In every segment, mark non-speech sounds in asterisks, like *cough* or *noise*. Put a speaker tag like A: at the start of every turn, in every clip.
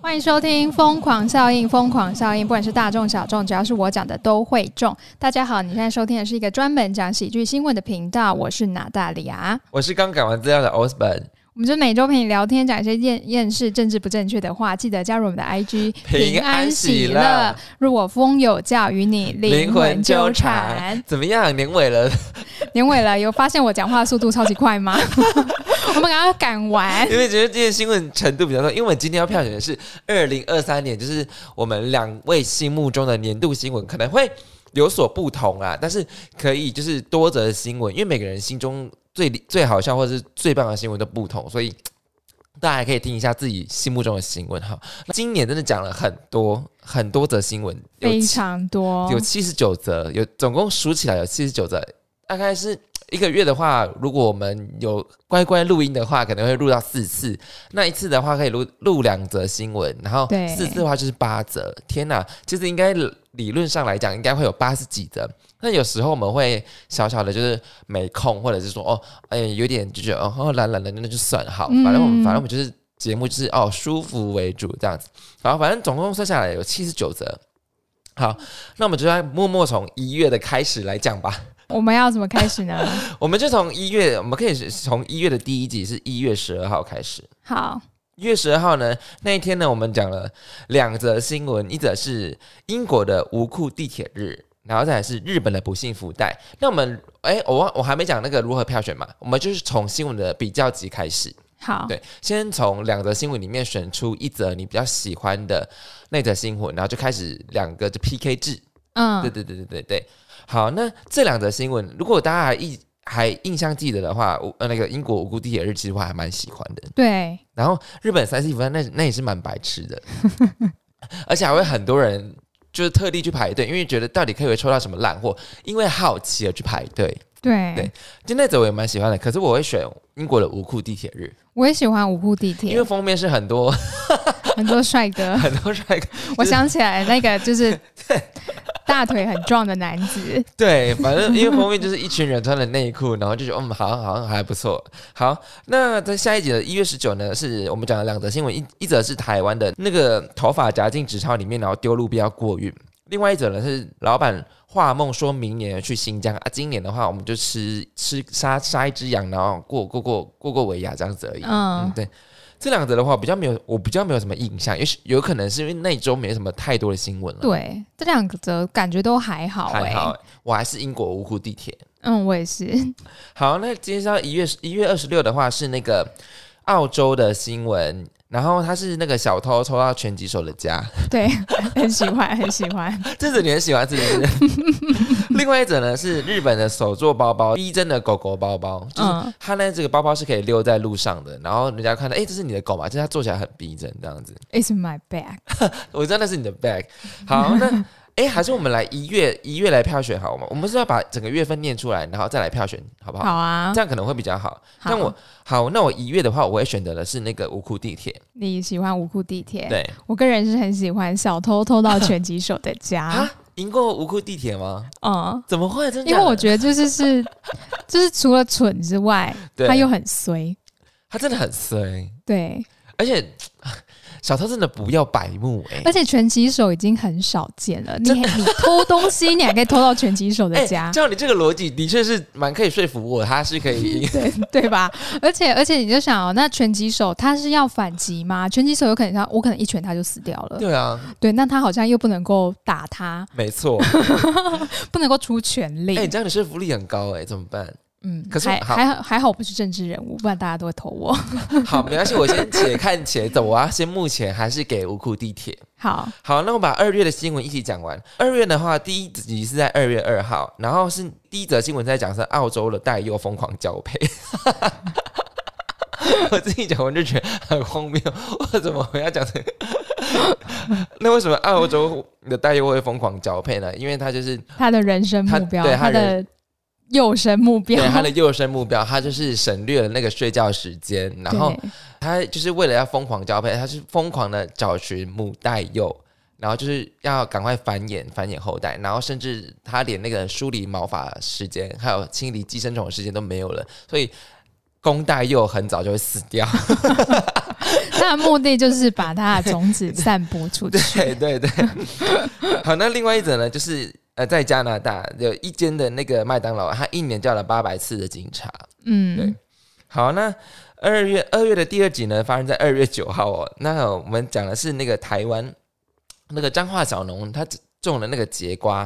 A: 欢迎收听《疯狂效应》，疯狂效应，不管是大众小众，只要是我讲的都会中。大家好，你现在收听的是一个专门讲喜剧新闻的频道，我是娜大里亚。
B: 我是刚改完资料的 Osborn，
A: 我们就每周陪你聊天，讲一些厌厌世、政治不正确的话。记得加入我们的 IG，
B: 平安喜乐
A: 乐。如果风有教，与你灵魂纠
B: *laughs*
A: 缠。
B: 怎么样？年尾了， *laughs*
A: 年尾了，有发现我讲话速度超级快吗？ *laughs* 我们赶快赶完。
B: 因为觉得这件新闻程度比较多，因为我们今天要票选的是二零二三年，就是我们两位心目中的年度新闻可能会有所不同啊，但是可以就是多则新闻，因为每个人心中最最好笑或者是最棒的新闻都不同，所以。大家还可以听一下自己心目中的新闻哈。那今年真的讲了很多很多则新闻，有
A: 非
B: 七
A: 常多，
B: 有七十九则，有总共数起来有七十九则，大概是一个月的话，如果我们有乖乖录音的话，可能会录到四次。那一次的话可以录录两则新闻，然后
A: 对
B: 四次的话就是八则。天哪，其实应该理论上来讲，应该会有八十几则。那有时候我们会小小的就是没空，或者是说哦，哎，有点就觉得哦哦懒懒的，那就算了好，
A: 嗯
B: 反正我们反正我们就是节目就是哦舒服为主这样子。然后反正总共算下来有七十九则。好，那我们就要默默从一月的开始来讲吧。
A: 我们要怎么开始呢？
B: *laughs* 我们就从一月，我们可以是从一月的第一集是一月十二号开始。
A: 好，
B: 一月十二号呢，那一天呢，我们讲了两则新闻，一则是英国的无裤地铁日，然后再来是日本的不幸福袋。那我们，哎、我忘我还没讲那个如何票选嘛，我们就是从新闻的比较集开始。
A: 好，
B: 对，先从两则新闻里面选出一则你比较喜欢的那则新闻，然后就开始两个就 PK 制。对
A: 嗯，
B: 对对对对对。好，那这两则新闻，如果大家还印还印象记得的话，我呃那个英国无辜地铁日其实我还蛮喜欢的。
A: 对，
B: 然后日本三七福那那也是蛮白痴的， *laughs* 而且还会很多人就是特地去排队，因为觉得到底可以抽到什么烂货，因为好奇而去排队。
A: 对，
B: 对就那则我也蛮喜欢的，可是我会选英国的无裤地铁日，
A: 我也喜欢五步地
B: 因
A: 铁
B: 为，封面是很多。
A: 很多帅哥
B: *laughs* 很多帅哥，
A: 我想起来那个就是大腿很壮的男
B: *laughs*
A: 子，
B: 对，反正因为封面就是一群人穿的内裤，然后就觉得嗯，好像好像还不错。好，那在下一集的一月十九呢，是我们讲了两则新闻，一一则是台湾的那个头发夹进纸钞里面，然后丢路边要过运；另外一则呢是老板画梦说明年去新疆啊，今年的话我们就吃吃杀杀一只羊，然后过过过过过维亚这样子而已。嗯，
A: 嗯，
B: 对。这两则的话，比较没有，我比较没有什么印象，也许有可能是因为那一周没什么太多的新闻了。，
A: 对，这两则感觉都还好、欸，
B: 还好、欸，我还是英国无辜地铁。
A: 嗯，我也
B: *laughs*
A: 是，
B: 好，那接下来一月一月二十六的话是那个澳洲的新闻，然后他是那个小偷偷到拳击手的家，
A: 对，很喜欢，很喜欢，
B: 这则你很喜欢是不是？ *laughs* 另外一则呢是日本的手做包包，逼真的狗狗包包，就是
A: 嗯
B: 它呢这个包包是可以溜在路上的，然后人家看到哎、这是你的狗嘛，就是它做起来很逼真这样子，
A: ，It's my bag，
B: 我知道那是你的 bag。好，那哎、还是我们来一月一月来票选好吗？我们是要把整个月份念出来，然后再来票选好不好？
A: 好啊
B: 这，样可能会比较好。
A: 好
B: 但我好，那我一月的话，我会选择的是那个无裤地铁。
A: 你喜欢五步地铁，
B: 对
A: 我个人是很喜欢小偷偷到拳击手的家，
B: 啊，赢过无裤地铁吗？
A: 嗯，
B: 怎么会？真
A: 因
B: 的假的
A: 为我觉得就是是就是除了蠢之外，
B: 对
A: 他又很衰，
B: 他真的很衰，
A: 对，
B: 而且小偷真的不要白目哎、
A: 而且拳击手已经很少见了，你你偷东西，你还可以偷到拳击手的
B: *laughs* 哎
A: 家，
B: 照你这个逻辑，的确是蛮可以说服我，他是可以
A: *laughs*
B: 赢。
A: 对对吧？而且而且你就想哦，那拳击手他是要反击吗？拳击手有可能他我可能一拳他就死掉了，
B: 对啊，
A: 对，那他好像又不能够打他，
B: 没错。
A: *laughs* 不能够出全力，
B: 哎、你这样的说服力很高哎、怎么办？
A: 嗯，
B: 可是
A: 还
B: 好
A: 还好还好我不是政治人物，不然大家都会投
B: *laughs*
A: 我。
B: 好，没关系，我先且看且走啊。先目前还是给无裤地铁。
A: 好，
B: 好，那我把二月的新闻一起讲完。二月的话，第一集是在二月二号，然后是第一则新闻在讲是澳洲的代幼疯狂交配。 *laughs* 我自己讲我就觉得很荒谬，我怎么我要讲成？ *laughs* 那为什么澳洲的代幼会疯狂交配呢？因为它就是
A: 他的人生
B: 他
A: 目标，
B: 对
A: 他
B: 他
A: 的幼生目标，
B: 对
A: *laughs*
B: 它的幼生目标，它就是省略了那个睡觉时间，然后
A: 对
B: 他就是为了要疯狂交配，他是疯狂的找寻母带幼，然后就是要赶快繁衍繁衍后代，然后甚至他连那个梳理毛发的时间，还有清理寄生虫的时间都没有了，所以宫大佑很早就会死掉。
A: 那目的就是把它的种
B: *laughs*
A: 子散播出去。
B: 对对对，好，那另外一则呢，就是呃，在加拿大有一间的那个麦当劳，他一年叫了八百次的警察。对
A: 嗯，
B: 好，那二月二月的第二集呢，发生在二月九号哦。那我们讲的是那个台湾那个彰化小农，他种了那个节瓜，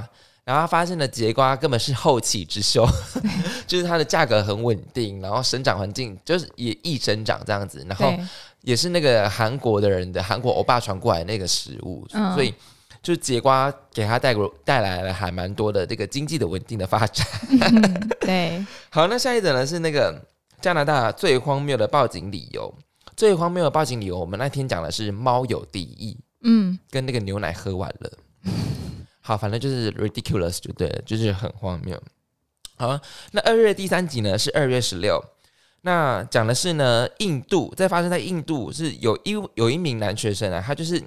B: 然后他发现了节瓜根本是后起之秀， *laughs* 就是它的价格很稳定，然后生长环境就是也易生长这样子，然后
A: 对，
B: 也是那个韩国的人的韩国欧巴传过来那个食物，
A: 嗯
B: 所以。就是节瓜给他带过带来了还蛮多的这个经济的稳定的发展。
A: 嗯对，
B: 好，那下一则呢是那个加拿大最荒谬的报警理由。最荒谬的报警理由，我们那天讲的是猫有敌意，
A: 嗯，
B: 跟那个牛奶喝完了。好，反正就是 ridiculous 就对了，就是很荒谬。好，那二月第三集呢是二月十六，那讲的是呢印度，在发生在印度是有一有一名男学生啊，他就是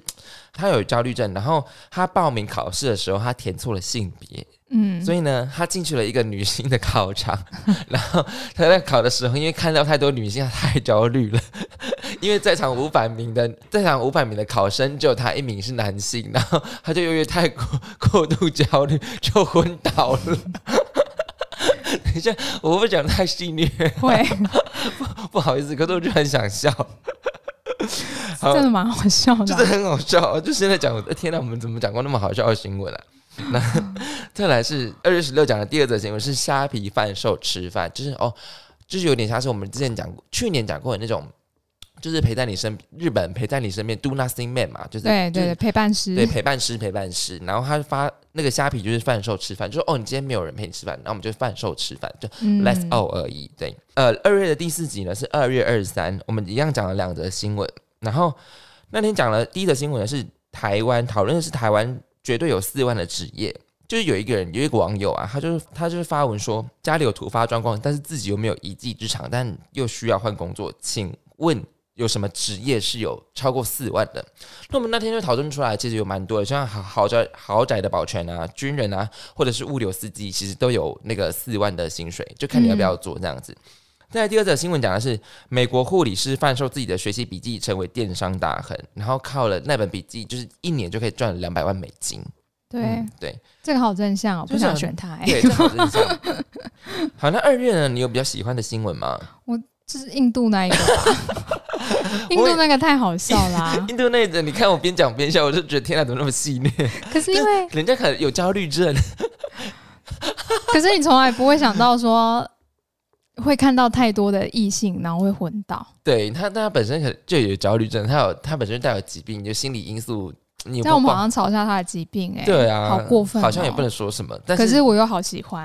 B: 他有焦虑症，然后他报名考试的时候他填错了性别，
A: 嗯，
B: 所
A: 以
B: 以呢，他进去了一个女性的考场， *laughs* 然后他在考的时候，因为看到太多女性，他太焦虑了。 *laughs* 因为在场五百名的在场五百名的考生，只有他一名是男性，然后他就由于太过 *laughs* 过度焦虑，就昏倒了。 *laughs* 等一下，我会不会讲太戏虐， *laughs*
A: 会
B: 不好意思，可是我就很想笑，好
A: 真的蛮好笑
B: 就
A: 的
B: 是
A: 啊。
B: 很好笑。就现在讲，哎天哪，我们怎么讲过那么好笑的新闻啊？那再来是二月十六讲的第二则新闻是虾皮贩售吃饭，就是哦，就是有点像是我们之前讲过，去年讲过的那种，就是陪在你身日本陪在你身边 do nothing man 嘛，就是
A: 对
B: 就
A: 对对，
B: 是
A: 陪伴师
B: 对，陪伴师陪伴师，然后他发那个虾皮就是贩售吃饭，就是哦，你今天没有人陪你吃饭，然后我们就贩售吃饭，就
A: 嗯
B: let's all 而已。对，呃，二月的第四集呢是二月二十三，我们一样讲了两则新闻，然后那天讲了第一则新闻呢是台湾，讨论的是台湾绝对有四万的职业。就是有一个人，有一个网友啊，他就是他就是发文说家里有突发状况，但是自己又没有一技之长，但又需要换工作，请问有什么职业是有超过四万的？那我们那天就讨论出来，其实有蛮多的，像豪豪宅、豪宅的保全啊、军人啊，或者是物流司机，其实都有那个四万的薪水，就看你要不要做这样子。再来第二则新闻讲的是，美国护理师贩售自己的学习笔记成为电商大亨，然后靠了那本笔记，就是一年就可以赚两百万美金。
A: 对
B: 嗯，对
A: 这个好正向哦，
B: 就
A: 不
B: 是
A: 想
B: 很
A: 选他欸。
B: 对，正好就是这样。 *laughs* 好，那二月呢？你有比较喜欢的新闻吗？
A: 这是印度那一个
B: *laughs*
A: 吧，印度那个太好笑啦、
B: 印度那一则，你看我边讲边笑，我就觉得天哪，怎么那么戏虐？
A: 可是因为，
B: *laughs* 人家可能有焦虑症，
A: 可是你从来不会想到说会看到太多的异性，然后会昏倒。
B: 对他，但他本身可能就有焦虑症，他有他本身带有疾病，就心理因素。你有
A: 但我们
B: 办
A: 好
B: 法
A: 像嘲笑他的疾病、欸，哎，
B: 对啊，
A: 好过分哦
B: 好像也不能说什么。但
A: 可
B: 是
A: 是我又好喜欢，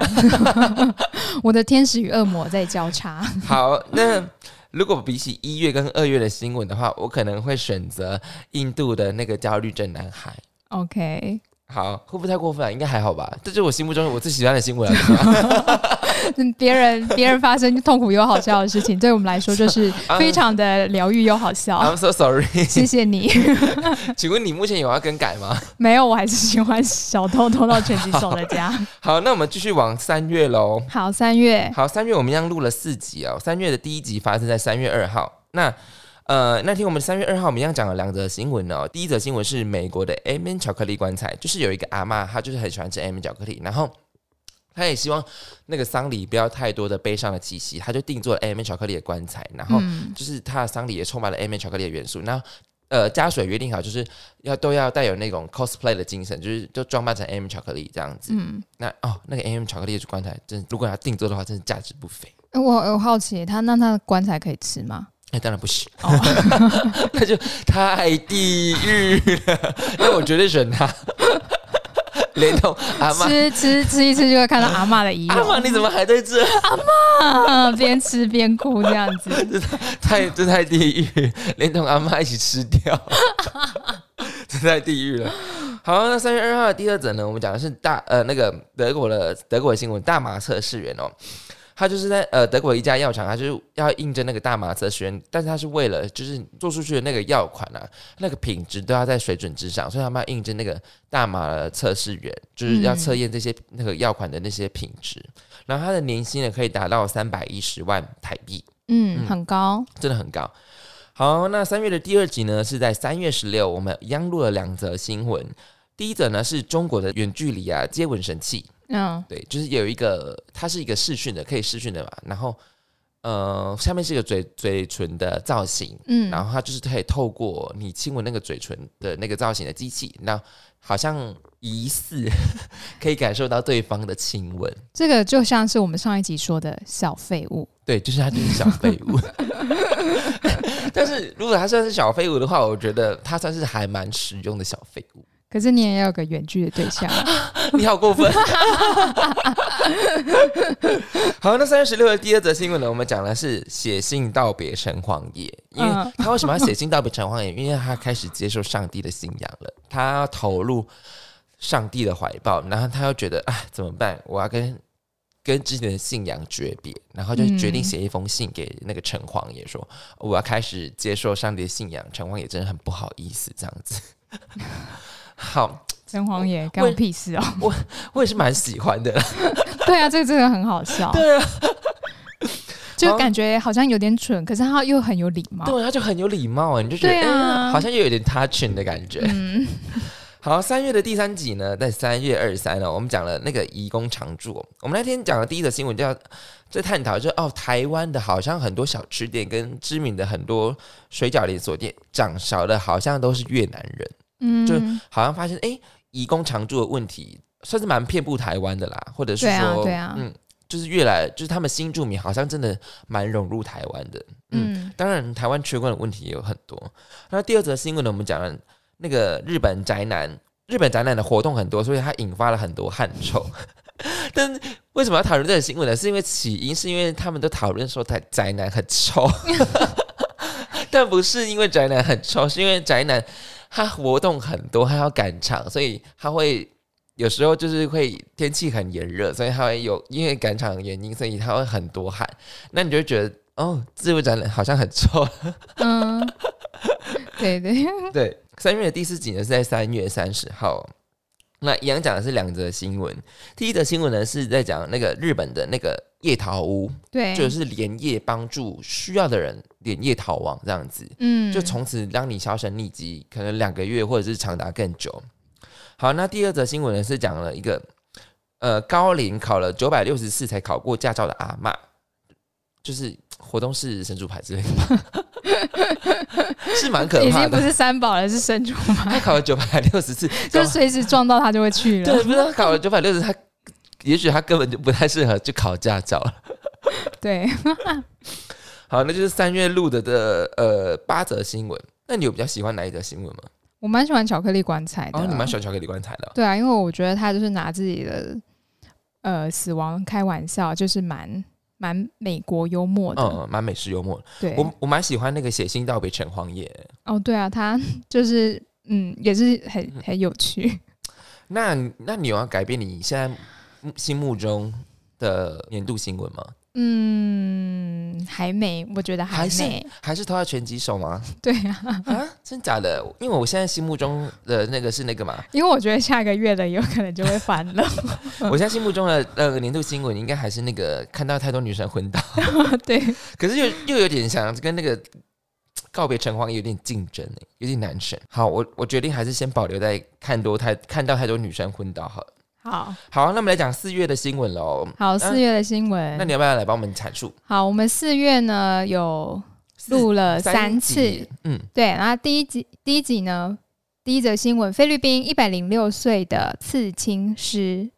A: *laughs* 我的天使与恶魔在交叉。
B: 好，那如果比起一月跟二月的新闻的话，我可能会选择印度的那个焦虑症男孩。
A: OK，
B: 好，会不会太过分啊？应该还好吧，这就是我心目中我最喜欢的新闻啊。
A: *laughs* 嗯别
B: *laughs*
A: 人别人发生痛苦又好笑的事情，对我们来说就是
B: 啊
A: 非常的疗愈又好笑。
B: I'm so sorry，
A: 谢谢
B: *laughs*
A: 你，
B: 请问你目前有要更改吗？ *laughs*
A: 没有，我还是喜欢小偷偷到拳击手的
B: *laughs*
A: 家。
B: 好，那我们继续往三月喽。
A: 好，三月，
B: 好，三月我们一样录了四集哦。三月的第一集发生在三月二号。那呃，那天我们三月二号我们一样讲了两则新闻哦。第一则新闻是美国的 M N 巧克力棺材，就是有一个阿嬷，她就是很喜欢吃 M N 巧克力，然后。她也希望那个丧礼不要太多的悲伤的气息，她就定做了 M N 巧克力的棺材，然后
A: 嗯，
B: 就是她的丧礼也充满了 M N 巧克力的元素。那呃，家属也约定好，就是要都要带有那种 cosplay 的精神，就是就装扮成 M 巧克力这样子。
A: 嗯，
B: 那哦，那个 M、m 巧克力的棺材，真的如果它定做的话，真的价值不菲。
A: 我我好奇，他那他的棺材可以吃吗？
B: 那、哎当然不行，
A: 哦，
B: *laughs* 那就太地狱了。 *laughs* 那我绝对选它， *laughs* 连同阿妈，
A: 吃吃吃一吃就会看到阿嬷的
B: *laughs*
A: 遗
B: 阿妈
A: 容，
B: 你怎么还在这？
A: 啊 *laughs* 边吃边哭这样
B: *laughs*
A: 子。
B: 太这太地狱，连同阿妈一起吃掉， *laughs* 这太地狱了。好，那三月二号的第二则呢，我们讲的是大呃那个德国的德国的新闻，大麻测试员哦，他就是在呃德国一家药厂，他就是要应征那个大麻测试员，但是他是为了就是做出去的那个药款啊，那个品质都要在水准之上，所以他们要应征那个大麻的测试员，就是要测验这些、那个药款的那些品质，然后他的年薪呢可以达到三百一十万台币，
A: 嗯，
B: 嗯
A: 很高，
B: 真的很高。好，那三月的第二集呢，是在三月十六，我们一样录了两则新闻。第一则呢是中国的远距离啊接吻神器，
A: 嗯
B: 对，就是有一个它是一个视讯的，可以视讯的嘛。然后呃，下面是一个嘴嘴唇的造型，
A: 嗯，
B: 然后它就是可以透过你亲吻那个嘴唇的那个造型的机器，那好像疑似 *laughs* 可以感受到对方的亲吻。
A: 这个就像是我们上一集说的小废物，
B: 对，就是它就是小废物。 *laughs* 但是如果它算是小废物的话，我觉得它算是还蛮实用的小废物。
A: 可是你也要有个远距的对象啊，
B: *laughs*
A: *laughs*
B: 你好过分！好，那三月十六的第二则新闻呢，我们讲的是写信道别城隍爷，因为
A: 嗯
B: 他为什么要写信道别城隍爷？ *laughs* 因为他开始接受上帝的信仰了，他投入上帝的怀抱，然后他又觉得啊，怎么办？我要跟跟之前的信仰诀别，然后就决定
A: 嗯
B: 写一封信给那个城隍爷说，哦我要开始接受上帝的信仰。城隍爷真的很不好意思这样子。 *laughs* 好，
A: 城隍爷干我屁事哦。
B: 我也是蛮喜欢的啦。
A: 对啊，这个真的很好笑，
B: 对啊，
A: 就感觉好像有点蠢，可是他又很有礼貌。
B: 对，他就很有礼貌，你就觉得、
A: 啊对啊
B: 嗯好像又有点 touching 的感觉。
A: 嗯
B: 好，三月的第三集呢，在三月二十三呢，我们讲了那个移工常驻。我们那天讲的第一则新闻叫在探讨，就是哦，台湾的好像很多小吃店跟知名的很多水饺连锁店，掌勺的好像都是越南人，就
A: 嗯，
B: 好像发现哎，移工常驻的问题算是蛮遍布台湾的啦，或者是
A: 对
B: 说，
A: 啊对啊
B: 嗯，就是越来就是他们新住民好像真的蛮融入台湾的，嗯
A: 嗯
B: 当然，台湾缺工的问题也有很多。那第二则新闻呢，我们讲了那个日本宅男，日本宅男的活动很多，所以它引发了很多汗臭。 *laughs* 但为什么要讨论这个新闻呢？是因为起因是因为他们都讨论说宅宅男很臭， *laughs* 但不是因为宅男很臭，是因为宅男他活动很多，他要赶场，所以他会有时候就是会天气很炎热，所以他会有因为赶场的原因，所以他会很多汗。那你就会觉得哦，自由展览好像很臭。
A: 嗯，对对， *laughs*
B: 对，三月的第四集呢是在三月三十号。那一样讲的是两则新闻，第一则新闻呢是在讲那个日本的那个夜逃屋，
A: 对，
B: 就是连夜帮助需要的人连夜逃亡这样子。
A: 嗯，
B: 就从此让你销声匿迹，可能两个月或者是长达更久。好，那第二则新闻呢是讲了一个呃高龄考了九百六十四才考过驾照的阿嬷，就是活动是神主牌之类的吧， *laughs* 是蛮可
A: 已
B: 怕
A: 经不
B: 的。
A: 是三宝了，是神主
B: 他
A: 牌，
B: 考了九百六十四，
A: 就是随时撞到他就会去了。
B: 对，不是他考了九百六十，他也许他根本就不太适合去考驾照了。
A: 对， *laughs*
B: 好，那就是三月录的的呃八则新闻。那你有比较喜欢哪一则新闻吗？
A: 我蛮喜欢巧克力棺材的。啊
B: 哦，你蛮喜欢巧克力棺材的哦、
A: 对啊，因为我觉得他就是拿自己的呃死亡开玩笑，就是蛮蛮美国幽默的。
B: 嗯，蛮美式幽默的。
A: 对，
B: 我我蛮喜欢那个写信道别城隍爷。
A: 哦，对啊，他 *laughs* 就是嗯，也是很
B: 嗯
A: 很有趣。
B: 那那你有要改变你现在目心目中的年度新闻吗？
A: 嗯，还没，我觉得
B: 还是
A: 没。
B: 还是投下拳击
A: *laughs*
B: 手吗？
A: 对啊，
B: 啊，真假的？因为我现在心目中的那个是那个嘛，
A: 因为我觉得下个月的有可能就会翻了。 *laughs* 嗯
B: 我现在心目中的呃年度新闻应该还是那个看到太多女生昏倒， *laughs*
A: 对，
B: 可是又又有点想跟那个。告别城隍爷有点竞争欸有点难选。好，我我决定还是先保留在看多太看到太多女生昏倒好了。
A: 好
B: 好，啊那我们来讲四月的新闻喽。
A: 好，四月的新
B: 那
A: 闻。
B: 你要不要来帮我们阐述？
A: 好，我们四月呢有录了三次
B: 集，，嗯，
A: 对，然后第一集第一集呢，第一则新闻，菲律宾一百零六岁的刺青师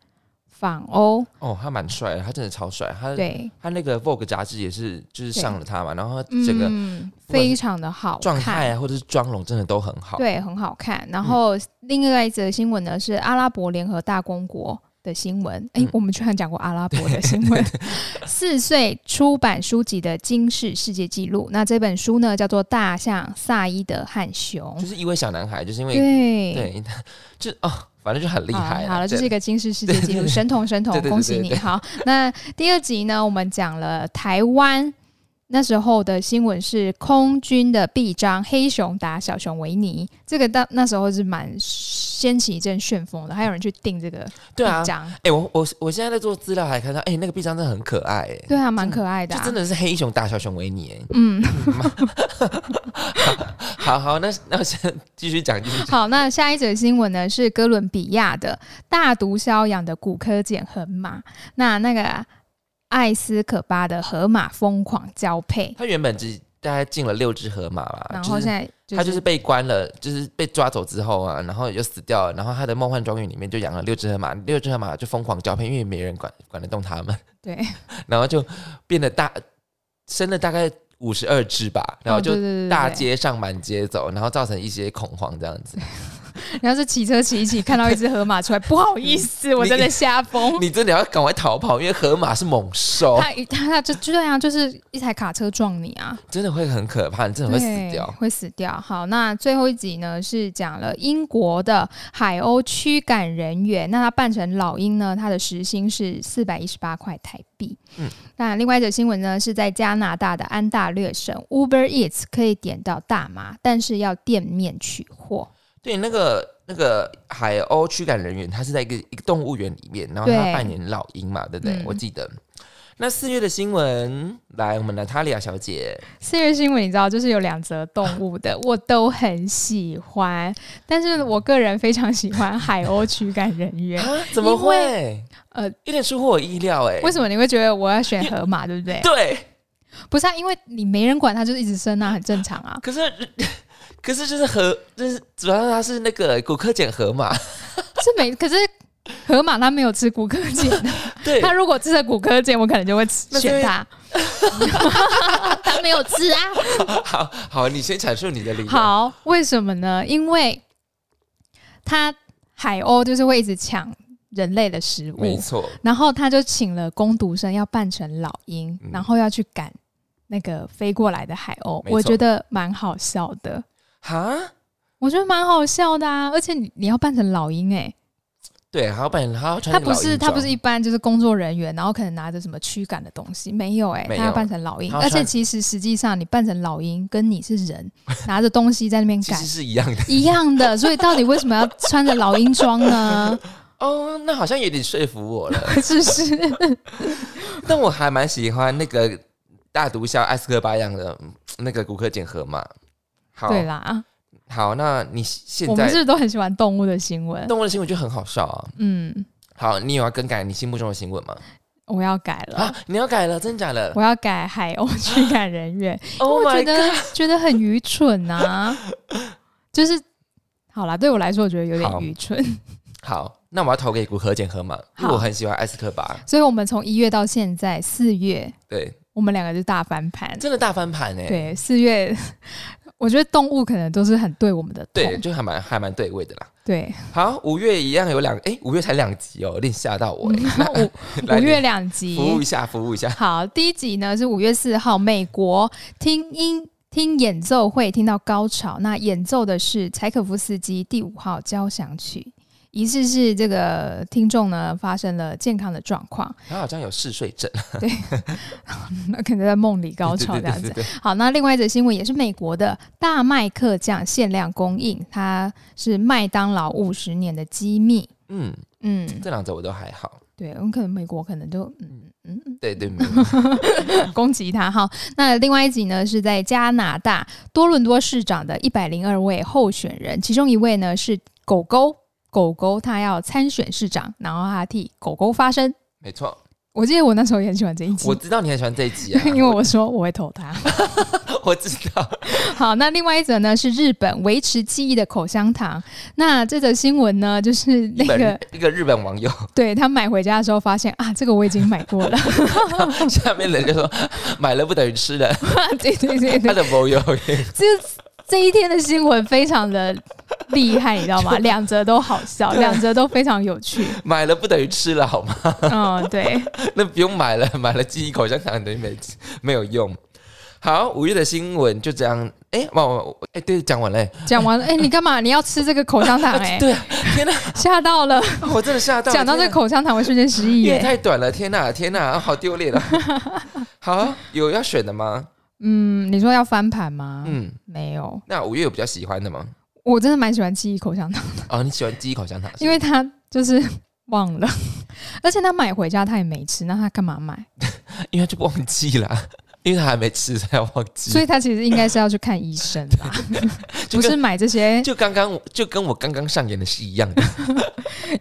A: 访欧，
B: 哦，他蛮帅的，他真的超帅，他
A: 对，
B: 他那个 Vogue 杂志也是就是
A: 对
B: 上了他嘛，然后他整个
A: 嗯，非常的好
B: 状态
A: 看，
B: 啊，或者是妆容真的都很好，嗯
A: 对，很好看。然后另外一则新闻呢是阿拉伯联合大公国。的新闻，哎、
B: 嗯
A: 我们居然讲过阿拉伯的新闻。 *laughs* 四岁出版书籍的金氏世界纪录，那这本书呢叫做《大象萨伊德和熊
B: 就》，是一位小男孩，就是因为
A: 对，
B: 对， *laughs* 就哦，反正就很厉害
A: 好
B: 啦，
A: 好了，这
B: 对
A: 是一个金氏世界纪
B: 对对
A: 录，
B: 对
A: 神童神童
B: 对，对对
A: 恭喜
B: 对
A: 你！
B: 对
A: 好，那第二集呢，我们讲了台湾那时候的新闻是空军的臂章，黑熊打小熊维尼，这个到那时候是蛮掀起一阵旋风了，还有人去订这个
B: 对啊
A: 臂，章，
B: 哎、我我我现在在做资料，还看到，哎、那个臂章真的很可爱、哎，
A: 对啊，蛮可爱的、
B: 就
A: 啊，
B: 真的是黑熊大小熊维尼、哎
A: 嗯，
B: *laughs* 好好，那那先继续讲，继续讲。
A: 好，那下一则新闻呢是哥伦比亚的大毒枭养的骨科碱河马，那那个艾斯可巴的河马疯狂交配，
B: 他原本只大概进了六只河马吧，
A: 然
B: 啊就
A: 后
B: 是
A: 现在
B: 他就是被关了，就是被抓走之后啊，然后又死掉了，然后他的梦幻庄园里面就养了六只河马，六只河马就疯狂交配，因为没人管管得动他们，
A: 对，
B: *laughs* 然后就变得大，生了大概五十二只吧，然后
A: 哦
B: 就
A: 对对对
B: 大
A: 对
B: 街上满街走，然后造成一些恐慌这样子。
A: 然后是骑车骑一骑，看到一只河马出
B: *laughs*
A: 来，不好意思，我真的吓疯。
B: 你真的要赶快逃跑，因为河马是猛兽，
A: 他他他就就这样，就是一台卡车撞你啊，
B: 真的会很可怕，你真的嗯会死掉
A: 对。会死掉。好，那最后一集呢是讲了英国的海鸥驱赶人员，那他扮成老鹰呢，他的时薪是四百一十八块台币。
B: 嗯
A: 嗯，那另外一则新闻呢是在加拿大的安大略省，Uber Eats 可以点到大麻，但是要店面取货。
B: 对，那个那个海鸥驱赶人员，他是在一个一个动物园里面，然后他
A: 对
B: 扮演老鹰嘛，对不对？
A: 嗯
B: 我记得。那四月的新闻，来，我们的塔利亚小姐，
A: 四月新闻你知道，就是有两则动物的，我都很喜欢，但是我个人非常喜欢海鸥驱赶人
B: *laughs*
A: 员。
B: 啊，怎么
A: 因
B: 会？
A: 呃，
B: 有点出乎我意料哎、
A: 为什么你会觉得我要选河马，对不对？
B: 对，
A: 不是啊，因为你没人管它，就是一直生啊，很正常
B: *laughs*
A: 啊。
B: 可是可是就是河，就是主要它是那个骨科碱河马，
A: 是没，可是河马它没有吃骨科碱，
B: *laughs* 对，
A: 它如果吃了骨科碱，我可能就会
B: 那
A: 吃
B: 是因为
A: 选它。 *laughs* 它没有吃啊。
B: 好好，你先阐述你的理由。
A: 好，为什么呢？因为它海鸥就是会一直抢人类的食物，
B: 没错，
A: 然后他就请了工读生要扮成老鹰，
B: 嗯
A: 然后要去赶那个飞过来的海鸥
B: 没，错
A: 我觉得蛮好笑的，
B: 哈，
A: 我觉得蛮好笑的啊！而且你你要扮成老鹰哎、
B: 对，还要扮演，还要穿
A: 他
B: 那个
A: 不
B: 老
A: 是
B: 鹰
A: 他不
B: 装
A: 是一般就是工作人员，然后可能拿着什么驱赶的东西，没有哎、
B: 没有
A: 他要扮成老鹰，
B: 他要
A: 而且
B: 穿
A: 其实实际上你扮成老鹰跟你是人拿着东西在那边
B: 其
A: 赶
B: *laughs* 实是一样的
A: 一样的，所以到底为什么要穿着老鹰装呢？
B: 哦，那好像有点说服我了。
A: 是不是？
B: 但我还蛮喜欢那个大毒枭艾斯科巴一样的嗯那个骨科检核嘛。好，
A: 对啦，
B: 好，那你现
A: 我们
B: 在
A: 是不是都很喜欢动物的新闻？
B: 动物的新闻就很好笑啊。
A: 嗯，
B: 好，你有要更改你心目中的新闻吗？
A: 我要改了。
B: 啊，你要改了，真假的
A: 我要改海鸥 *laughs* 驱赶人员，
B: ？Oh
A: 我觉
B: my god！
A: 得 *laughs* 觉得很愚蠢啊，就是好啦，对我来说我觉得有
B: 好
A: 点愚蠢， *laughs*
B: 好，那我要投给骨科检核嘛，因为
A: 好
B: 我很喜欢艾斯科巴。
A: 所以我们从一月到现在四月，
B: 对，
A: 我们两个就大翻盘。
B: 真的大翻盘哎、
A: 对，四月，我觉得动物可能都是很对我们的痛，
B: 对，就还蛮还蛮对味的啦。
A: 对，
B: 好，五月一样有两，哎、五月才两集哦，有点吓到我、欸。
A: 五
B: 来
A: *laughs* 五月
B: 你
A: 两
B: 服务
A: 集
B: 一。下，服务一下。
A: 好，第一集呢是五月四号，美国听音听演奏会听到高潮，那演奏的是柴可夫斯基第五号交响曲。疑似是这个听众呢发生了健康的状况， *laughs*
B: 他好像有嗜睡症，
A: 那可能在梦里高潮
B: *laughs* 对
A: 这样子
B: 对对。对对
A: 好，那另外一则新闻也是美国的大麦克酱限量供应，它是麦当劳五十年的机密。
B: 嗯，
A: 嗯，
B: 这两则我都还好。
A: 对，我们可能美国可能就嗯嗯嗯
B: 对对，
A: *laughs*
B: 没有
A: 嗯攻击它哈。那另外一集呢是在加拿大多伦多市长的一百零二位候选人，其中一位呢是狗狗，狗狗它要参选市长，然后它替狗狗发声。
B: 没错，
A: 我记得我那时候也很喜欢这一集，
B: 我，知道你很喜欢这一集啊
A: *laughs* 因为我说我会投它。
B: 我知道，
A: 好，那另外一则呢是日本维持记忆的口香糖。那这则新闻呢，就是那
B: 一
A: 个
B: 本一个日本网
A: *laughs*
B: 友
A: 对他买回家的时候发现啊，这个我已经买过
B: *laughs*
A: 了。
B: 下面人就说买了不等于吃了，
A: 对对对
B: 他
A: 对，
B: 的网友
A: 这这一天的新闻非常的厉害，你知道吗？两则都好笑，两则都非常有趣。
B: 买了不等于吃了好吗？ *laughs*
A: 嗯，对，
B: 那不用买了，买了记忆口香糖等于没吃没有用。好，五月的新闻就这样，哎，哇哇，哎、对，讲完了、
A: *laughs*
B: 哎
A: 讲完了，哎、你干嘛？你要吃这个口香糖、哎，
B: 对啊，天哪，
A: 吓到了。
B: 我真的吓 *laughs* 到了，
A: 讲到这
B: 天
A: 个
B: 哪
A: 口香糖，我瞬间失忆哎
B: 因为
A: 耶、
B: 太短了，天哪，天哪，好丢脸啊！
A: *laughs*
B: 好，有要选的吗？
A: 嗯，你说要翻盘吗？
B: 嗯，
A: 没有，
B: 那五月有比较喜欢的吗？
A: 我真的蛮喜欢记忆口香糖，
B: 哦，你喜欢记忆口香糖？
A: 因为他就是忘了， *laughs* 而且他买回家他也没吃，那他干嘛买？
B: 因为他就忘记了，啊 *laughs* 因为他还没吃，才忘记。
A: 所以他其实应该是要去看医生啦，
B: *laughs* 就
A: 不
B: 跟
A: 是买这些
B: 就刚刚就跟我刚刚上演的是一
A: 嗯
B: 样的，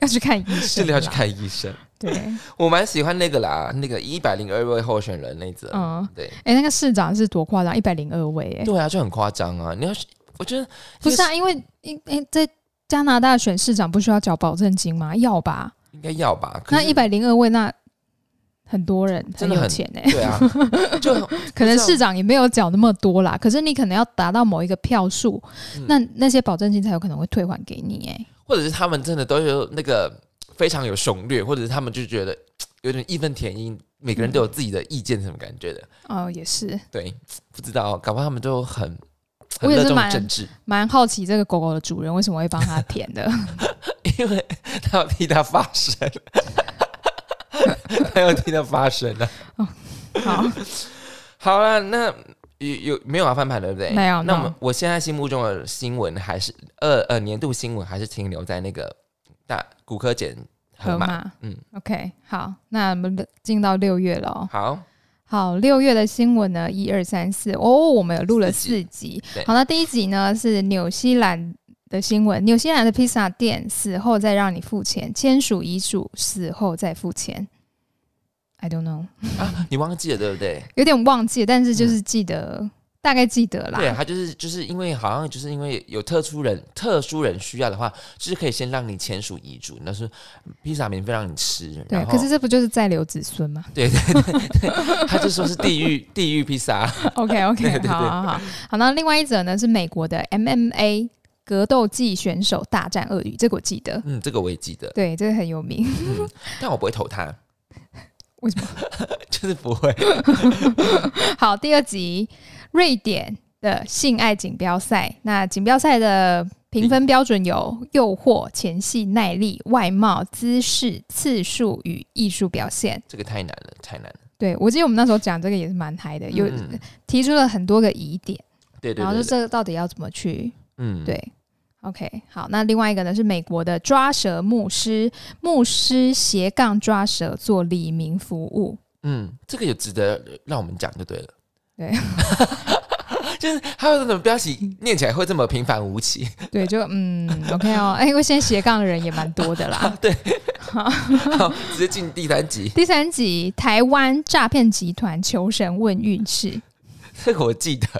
A: 要去看医生，
B: 真的要去。看医生。
A: 对，
B: 我蛮喜欢那个啦，那个一百零二位候选人那一则，
A: 嗯，
B: 对
A: 哎、那个市长是多夸张，一百零二位、哎，
B: 对啊，就很夸张啊！你要是我觉得
A: 不是啊，因为因哎、在加拿大选市长不需要缴保证金吗？要吧？
B: 应该要吧，可
A: 那
B: 是
A: 一百零二位，那很多人很
B: 真的
A: 有
B: 很
A: 钱哎、*laughs*
B: 对啊，就很
A: 可能市长也没有缴那么多啦，可是你可能要达到某一个票数，
B: 嗯
A: 那那些保证金才有可能会退还给你哎、
B: 或者是他们真的都有那个非常有雄略，或者是他们就觉得有点义愤填膺，每个人都有自己的意见，什么感觉的？
A: 哦，也是，
B: 对，不知道，搞不好他们都很很
A: 我也
B: 热
A: 是
B: 衷
A: 蛮
B: 政治，
A: 蛮好奇这个狗狗的主人为什么会帮他舔的。 *laughs*
B: 因为他要替他发声， *laughs* 他要替他发声啊！ *laughs*
A: 好，
B: 好了，那有有没有要翻盘对不对？
A: 没有
B: 那我
A: 没有
B: 们我现在心目中的新闻还是呃呃年度新闻还是停留在那个大骨科检河
A: 河
B: 马。
A: 马，
B: 嗯
A: 嗯，OK，好，那我们进到六月了哦。
B: 好，
A: 好，六月的新闻呢，一二三四，哦，我们有录了
B: 四
A: 四集
B: 对。
A: 好，那第一集呢是纽西兰的新闻，纽西兰的披萨店死后再让你付钱，签署遗嘱死后再付钱。I don't know，
B: 你忘记了对不对？
A: 有点忘记，但是就是记得，大概记得啦。
B: 嗯对，啊他就是就是因为好像就是因为有特殊人特殊人需要的话，就是可以先让你签署遗嘱，那是披萨免费让你吃。
A: 对
B: 然，后
A: 可是这不就是在留子孙吗
B: 对对对对，他就说是地狱地狱披萨， *laughs*
A: ？OK
B: 对
A: OK，
B: 对
A: 好
B: 对
A: 好好好。那另外一则呢是美国的 MMA 格斗技选手大战鳄鱼，这个我记得，
B: 嗯，这个我也记得，嗯
A: 对，这个很有名。 *laughs*
B: 但我不会投他，
A: 为什么？
B: *laughs* 就是不会。
A: 好，第二集瑞典的性爱锦标赛，那锦标赛的评分标准有诱惑、前戏、耐力、外貌、姿势、次数与艺术表现。
B: 这个太难了，太难了。
A: 对我记得我们那时候讲这个也是蛮嗨的，有
B: 嗯
A: 提出了很多个疑点，
B: 对对对
A: 然后就
B: 对
A: 这个到底要怎么去
B: 嗯，
A: 对。OK，好，那另外一个呢是美国的抓蛇牧师，牧师斜杠抓蛇做李明服务，
B: 嗯，这个也值得让我们讲就对了。
A: 对，
B: *laughs* 就是他为什么标题念起来会这么平凡无奇？
A: 对，就嗯，OK 哦，哎、因为现在斜杠的人也蛮多的啦。
B: 对，好，直接进第三集，
A: 第三集，台湾诈骗集团求神问运势，
B: 这个我记得。 *laughs*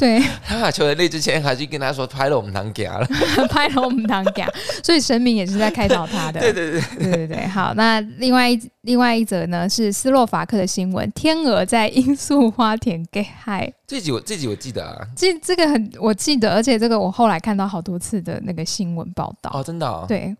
A: 对， *laughs*
B: 他打球的那之前还去跟他说拍了我们堂给了。
A: 拍了我们当家，所以神明也是在开导他的。
B: *laughs* 对对对，
A: 对对对好，那另外一另外一则呢是斯洛伐克的新闻，天鹅在罂粟花田给害，
B: 这集我这集我记得啊。
A: 这这个很我记得，而且这个我后来看到好多次的那个新闻报道。
B: 哦，真的、哦。。
A: 对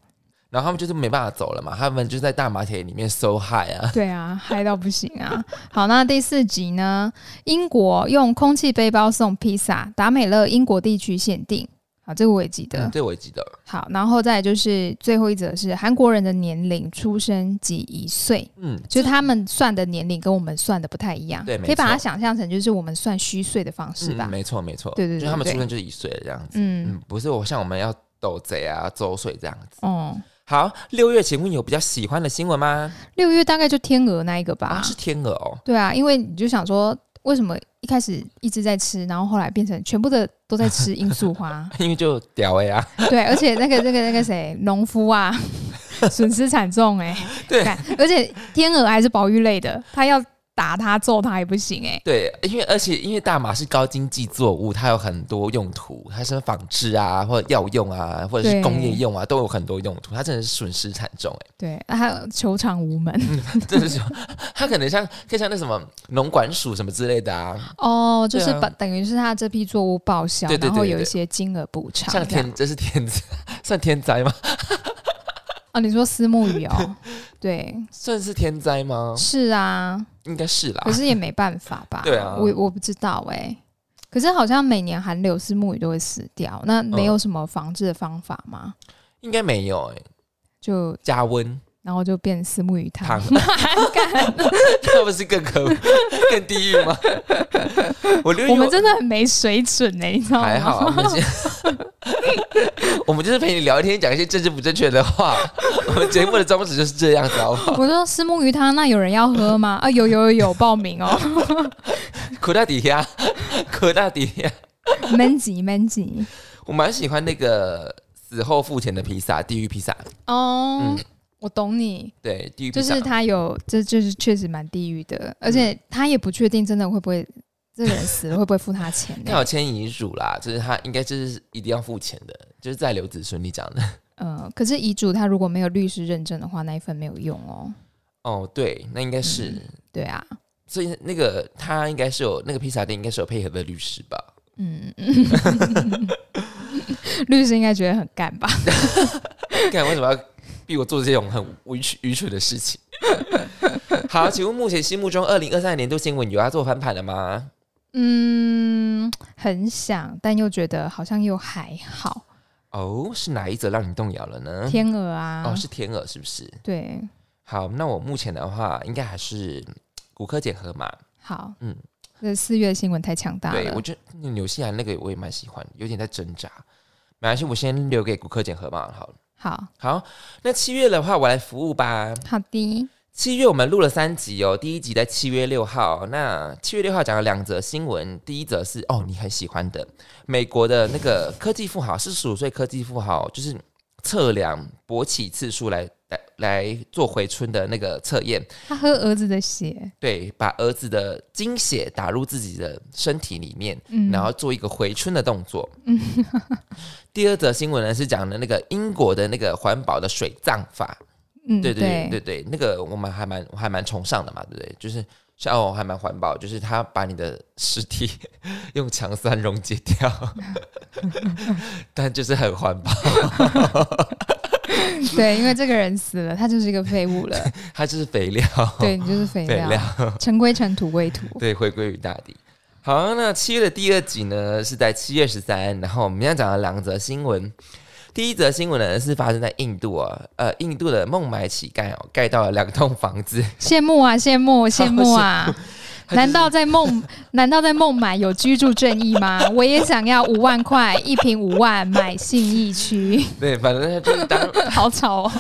B: 然后他们就是没办法走了嘛，他们就在大马铁里面搜害啊。
A: 对啊，嗨到不行啊！好，那第四集呢？英国用空气背包送披萨，达美乐英国地区限定。好，这个我也记得。
B: 嗯，这我也记得。
A: 好，然后再来就是最后一则是韩国人的年龄、出生及一岁，
B: 嗯，
A: 就是他们算的年龄跟我们算的不太一样，
B: 对没错
A: 可以把它想象成就是我们算虚岁的方式
B: 嗯
A: 吧。
B: 没错没错。
A: 对对对
B: 就是他们
A: 对
B: 出生就是一岁这样子。
A: 嗯，
B: 嗯，不是我像我们要斗贼啊、周岁这样子。
A: 哦、
B: 好，六月请问有比较喜欢的新闻吗？
A: 六月大概就天鹅那一个吧。
B: 啊，是天鹅哦。
A: 对啊，因为你就想说，为什么一开始一直在吃，然后后来变成全部的都在吃罂粟
B: *laughs*
A: 花？
B: 因为就屌哎、啊，
A: 对，而且那个那个那个谁，农夫
B: *laughs*
A: 啊，损失惨重哎、
B: 对
A: 干而且天鹅还是保育类的，他要打他揍他也不行哎、
B: 对，因为而且因为大麻是高经济作物，它有很多用途，它是纺织啊，或者药用啊，或者是
A: 对
B: 工业用啊，都有很多用途，它真的是损失惨重哎、
A: 对，啊还有球场无门
B: 真的是， *laughs* 它可能像可以像那什么农管署什么之类的啊，
A: *laughs* 哦，就
B: 对啊
A: 是把、等于是他这批作物报销，
B: 对对对
A: 然后
B: 对
A: 有一
B: 对
A: 些金额补偿这
B: 像
A: 样。
B: 天这是天灾， *laughs* 算天灾吗？
A: 哦，你说私募鱼
B: *laughs*
A: 哦，对，
B: 算是天灾吗？
A: 是啊，
B: 应该是啦
A: 可。是也没办法吧？
B: *laughs* 对啊
A: 我我不知道哎、可是好像每年寒流是木鱼都会死掉，
B: 嗯
A: 那没有什么防治的方法吗？
B: 应该没有哎、
A: 就
B: 欸加温 *laughs*
A: 然后就变私木鱼汤 *laughs*
B: 汤，哎
A: 干
B: 那不是更可 *laughs* 恶、更地狱吗？ *laughs* 我六一
A: 我们真的很没水准哎、你知道吗？
B: 还
A: *laughs*
B: 好啊，我们是 *laughs* 我们就是陪你聊天，讲一些政治不正确的话。 *laughs* 我们节目的宗旨就是这样子，好不好？
A: *laughs* 我说私木鱼汤，那有人要喝吗？啊，有有有有报名
B: *laughs*
A: 哦，
B: 苦大底下， *laughs* 苦大底下。
A: 闷吉闷吉
B: 我蛮喜欢那个死后付钱的披萨，地狱披萨。
A: 哦。
B: 嗯
A: 我懂你，
B: 对，地狱披
A: 就
B: 萨。
A: 是他有，这就是确实蛮地狱的，而且
B: 嗯
A: 他也不确定真的会不会，这个人死了会不会付他钱、
B: 他 *laughs*
A: 欸？
B: 有签遗嘱啦，就是他应该就是一定要付钱的，就是在刘子顺你讲的。
A: 呃，可是遗嘱他如果没有律师认证的话，那一份没有用哦。
B: 哦，对，那应该是，
A: 嗯对啊，
B: 所以那个他应该是有那个披萨店应该是有配合的律师吧？ *laughs*
A: 嗯， *laughs* 律师应该觉得很干吧？
B: 看为什么要逼我做这种很愚蠢愚蠢的事情？ *laughs* 好，请问目前心目中二零二三年度新闻有要做翻盘的吗？
A: 嗯，很想，但又觉得好像又还好。
B: 哦，是哪一则让你动摇了呢？
A: 天鹅啊，
B: 哦，是天鹅是不是？
A: 对，
B: 好，那我目前的话应该还是嗯骨科结合嘛。
A: 好，
B: 嗯
A: 嗯，这四月新闻太强大
B: 对，
A: 了
B: 我。觉得纽西兰那个我也蛮喜欢，有点在挣扎。没关系，我先留给骨科结合嘛。好了，
A: 好，
B: 好，那七月的话，我来服务吧。
A: 好的，
B: 七月我们录了三集哦，第一集在七月六号。那七月六号讲了两则新闻，第一则是哦你很喜欢的美国的那个科技富豪，四十五岁科技富豪，就是测量勃起次数来来来做回春的那个测验，
A: 他喝儿子的血，
B: 对，把儿子的精血打入自己的身体里面，
A: 嗯，
B: 然后做一个回春的动作。 *laughs* 第二则新闻呢是讲的那个英国的那个环保的水葬法，
A: 嗯，
B: 对对
A: 对 *laughs*
B: 对对，那个我们还蛮我还蛮崇尚的嘛，对不对？就是像我还蛮环保，就是他把你的尸体 *laughs* 用强酸溶解掉，
A: *laughs*
B: 但就是很环保，
A: 对因为这个人死了，他就是一个废物
B: *laughs*
A: 了，
B: 它就是肥料，
A: 对你就是肥
B: 肥
A: 料，尘归尘，土归土。
B: *laughs* 对，回归于大地。好，那七月的第二集呢是在七月十三，然后我们要讲的两则新闻。第一则新闻呢是发生在印度啊，呃，印度的孟买乞丐哦，盖到了两栋房子，
A: 羡慕啊，羡慕，羡慕 *laughs* 啊！
B: 他就是
A: 难道在孟难道在孟买有居住正义吗？我也想要五万块一平五万买信义 *laughs* 区，
B: 对，反正他就是当
A: 好吵哦！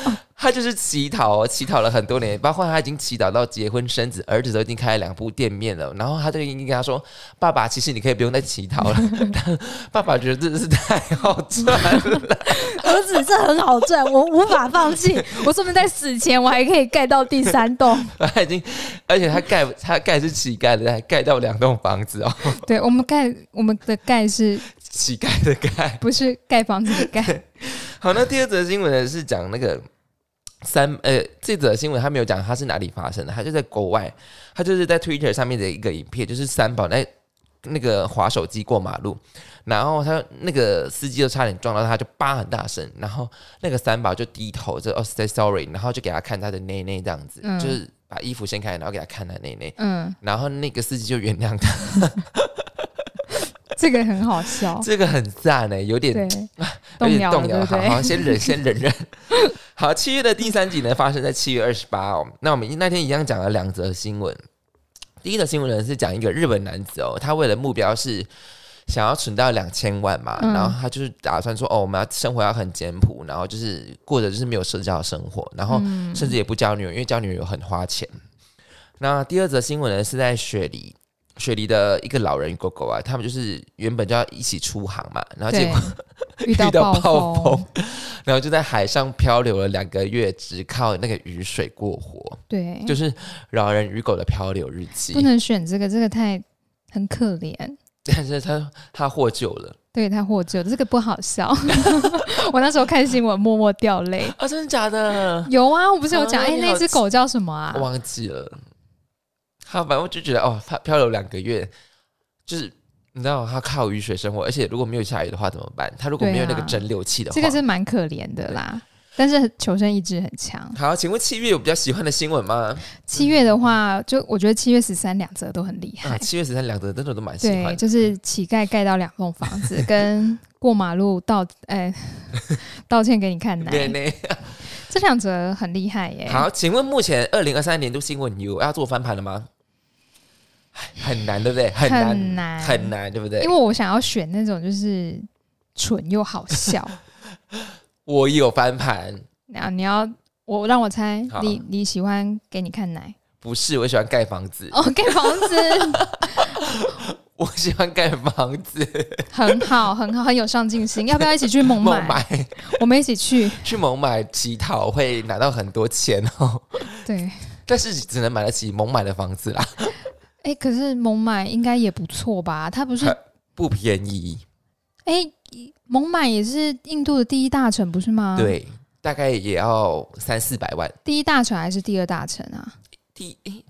B: 他就是乞讨，哦乞讨了很多年，包括他已经乞讨到结婚生子，儿子都已经开了两部店面了。然后他就已经跟他说：“爸爸，其实你可以不用再乞讨了。” *laughs* 爸爸觉得真的是太好赚了， *laughs*
C: 儿子这很好赚，我无法放弃。
A: 我说不定在死前我还可以盖到第三栋。
B: 他已经，而且他盖他盖是乞丐的，还盖到两栋房子哦，
A: *laughs* 对我们盖我们的盖是
B: 乞丐的盖。
A: 不是盖房子的盖？
B: 好，那第二则新闻呢是讲那个三呃，这则新闻他没有讲他是哪里发生的，他就在国外，他就是在 Twitter 上面的一个影片，就是三宝在那个滑手机过马路，然后他那个司机就差点撞到他，就叭很大声，然后那个三宝就低头就哦 say sorry，然后就给他看他的内内这样子，
A: 嗯
B: 就是把衣服掀开，然后给他看他内内。
A: 嗯，
B: 然后那个司机就原谅他，
A: 这个很好笑，
B: 这个很赞呢，有点
A: 对，
B: 有
A: 动
B: 点
A: 摇
B: 动
A: 了，
B: 摇，
A: 对不
B: 好
A: 对？
B: 好
A: *laughs*
B: 先忍，先忍忍。 *laughs* 好，七月的第三集呢，发生在七月二十八哦。那我们那天一样讲了两则新闻。第一则新闻呢是讲一个日本男子哦，他为了目标是想要存到两千万嘛，
A: 嗯
B: 然后他就是打算说哦，我们要生活要很简朴，然后就是过着就是没有社交的生活，然后
A: 嗯
B: 甚至也不交女友，因为交女友很花钱。那第二则新闻呢是在雪梨，雪梨的一个老人与狗狗啊，他们就是原本就要一起出航嘛，然后结
A: 对
B: 果。，
A: *laughs* 遇到
B: 遇到
A: 暴
B: 暴
A: 风
B: 风， *laughs* 然后就在海上漂流了两个月，只靠那个雨水过活，
A: 对，
B: 就是老人与狗的漂流日记
A: 嗯不。能选这个，这个太很可怜。
B: 但是他他获救了
A: 对他获救，这个不好笑。 *laughs* 我那时候看新闻，默默掉泪。
B: 啊！真的假的？
A: 有啊，我不是有讲，
B: 啊
A: 哎、
B: 你好
A: 那只狗叫什么啊？
B: 我忘记了。他反正我就觉得哦，他漂流两个月，就是你知道他靠雨水生活，而且如果没有下雨的话怎么办？他如果没有那个
A: 对啊
B: 蒸馏器的话，
A: 这个是蛮可怜的啦。但是求生意志很强。
B: 好。请问七月有比较喜欢的新闻吗？
A: 七月的话，就我觉得七月十三两则都很厉害。
B: 啊，七月十三两则真的都嗯蛮喜
A: 对，
B: 欢的。
A: 就是乞丐盖到两栋房 *laughs* 子，跟过马路道，哎、道歉给你看奶。
B: 对呢，
A: 这两则很厉害耶。
B: 好，请问目前二零二三年度新闻有要做翻盘了吗？唉很难，对不对？很难，
A: 很难
B: 很难对不对
A: 因？为我想要选那种就是蠢又好笑。
B: *laughs* 我有翻盘，
A: 那你要我让我猜
B: 好，
A: 你你喜欢给你看奶
B: 不是我喜欢盖房子，
A: 哦，盖房
B: *laughs*
A: 子
B: 我喜欢盖房子，
A: 很好，很好，很有上进心。要不要一起去孟
B: 孟
A: 买？
B: 买
A: 我们一起去。
B: 去孟买乞讨会拿到很多钱哦， *laughs*
A: 对，
B: 但是只能买得起孟买的房子啦，
A: 哎、可是孟买应该也不错吧？它不是
B: 很不便宜。
A: 哎、孟买也是印度的第一大城，不是吗？，
B: 对，大概也要三四百万。
A: 第一大城还是第二大城啊？
B: 第诶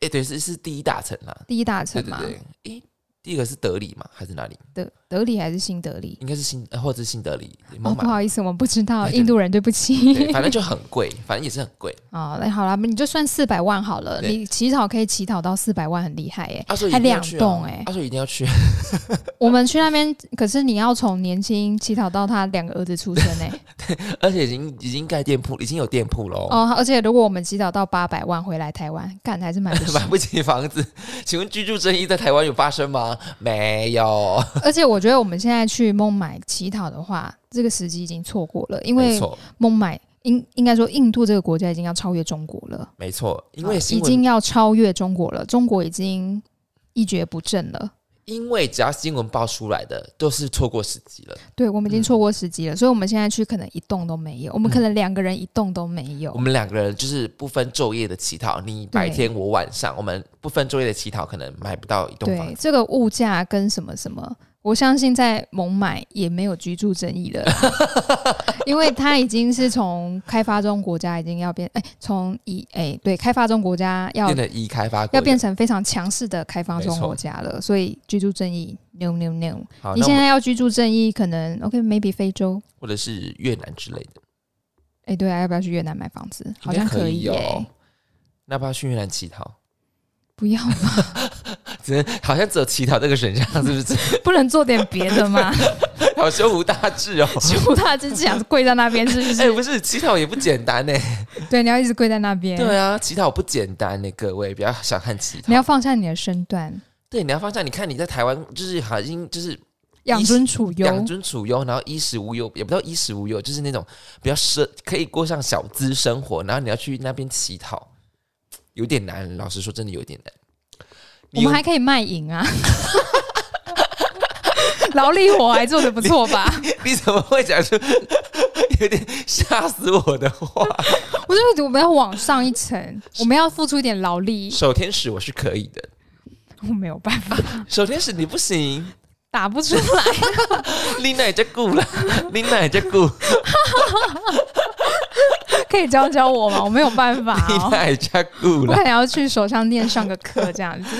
B: 诶，对，是是第一大城啦，
A: 第一大城
B: 对对
A: 嘛，
B: 对。诶，第一个是德里嘛，还是哪里？
A: 德德里还是新德里？
B: 应该是新，呃或者是新德里。
A: 哦，
B: 孟
A: 不
B: 买
A: 好意思，我们不知道，
B: 对对
A: 印度人，对不
B: 对，
A: 起。
B: 反正就很贵， *laughs* 反正也是很贵
A: 哦，那好啦，你就算四百万好了，
B: 对
A: 你乞讨可以乞讨到四百万，很厉害耶、
B: 啊，所以一
A: 还
B: 定要
A: 两
B: 去啊
A: 栋哎
B: 啊，所以一定要去。 *laughs*
A: 我们去那边，可是你要从年轻乞讨到他两个儿子出生哎、
B: *laughs* 而且已经已经盖店铺，已经有店铺喽。
A: 哦，而且如果我们乞讨到八百万回来台湾，干还是买不
B: *laughs*
A: 起
B: *laughs* 买。不起房子，请问居住争议在台湾有发生吗？没有，
A: 而且我觉得我们现在去孟买乞讨的话，这个时机已经错过了，因
B: 没
A: 为
B: 错，
A: 孟买应应该说印度这个国家已经要超越中国了，
B: 没错，因
A: 啊
B: 为
A: 已
B: 新闻，
A: 经要超越中国了，中国已经一蹶不振了。
B: 因为只要新闻报出来的，都是错过时机了。
A: 对，我
B: 嗯
A: 们已经错过时机了，所以我们现在去可能一栋都没有，我们可能两个人一栋都没有
B: 我。们两个人就是不分昼夜的乞讨，你白天我晚上，我们不分昼夜的乞讨，可能买不到一栋房
A: 对，
B: 子。
A: 这个物价跟什么什么，我相信在孟买也没有居住争
B: *laughs*
A: 议了啦，因为它已经是从开发中国家已经要变，哎、从以哎对开发中国家要
B: 变得已开发国
A: 要变
B: 家
A: 成非常强势的开发
B: 没
A: 中
B: 错
A: 国家了，所以居住正义 no no no。
B: 好，
A: 你
B: 那我
A: 现
B: 们
A: 在要居住正义，可能 OK maybe 非洲，
B: 或者是越南之类的，
A: 哎、对啊，要不要去越南买房子？好
B: 应
A: 像
B: 该可
A: 以耶、
B: 哦。那要不要去越南乞讨？ *laughs*
A: 不要吧，
B: 只能好像只有乞讨这个选项，是 *laughs* 不是？
A: 不能做点别的
B: *laughs*
A: 吗？
B: 好羞无大志哦。
A: 就他只想跪在那边，是不
B: 哎、
A: 是？
B: 不是乞讨也不简单呢。
A: 对，你要一直跪在那边，
B: 对啊，乞讨不简单呢，各位不要小看乞讨
A: 你。要放下你的身段，
B: 对，你要放下。你看你在台湾，就是好像已经就是
A: 养尊处
B: 养
A: 优。
B: 尊处优，然后衣食无忧，也不叫衣食无忧，就是那种比较奢，可以过上小资生活。然后你要去那边乞讨，有点难。老实说，真的有点难。
A: 我
B: 你
A: 们还可以卖淫啊， *laughs* 劳力活还做的不错
B: *laughs*
A: 吧？
B: 你怎么会讲出有点吓死我的话？
A: 我就觉得我们要往上一层，我们要付出一点劳力，
B: 守天使我是可以的，
A: 我没有办法，
B: 守天使你不行，
A: 打不出来。
B: 丽娜也在顾 *laughs* 了，丽娜也在顾，
A: 可以教教我吗？我没有办法
B: 丽 *laughs*
A: 哦，
B: 娜也在顾
A: 我
B: 了
A: 可。能要去手上店上个课这样子。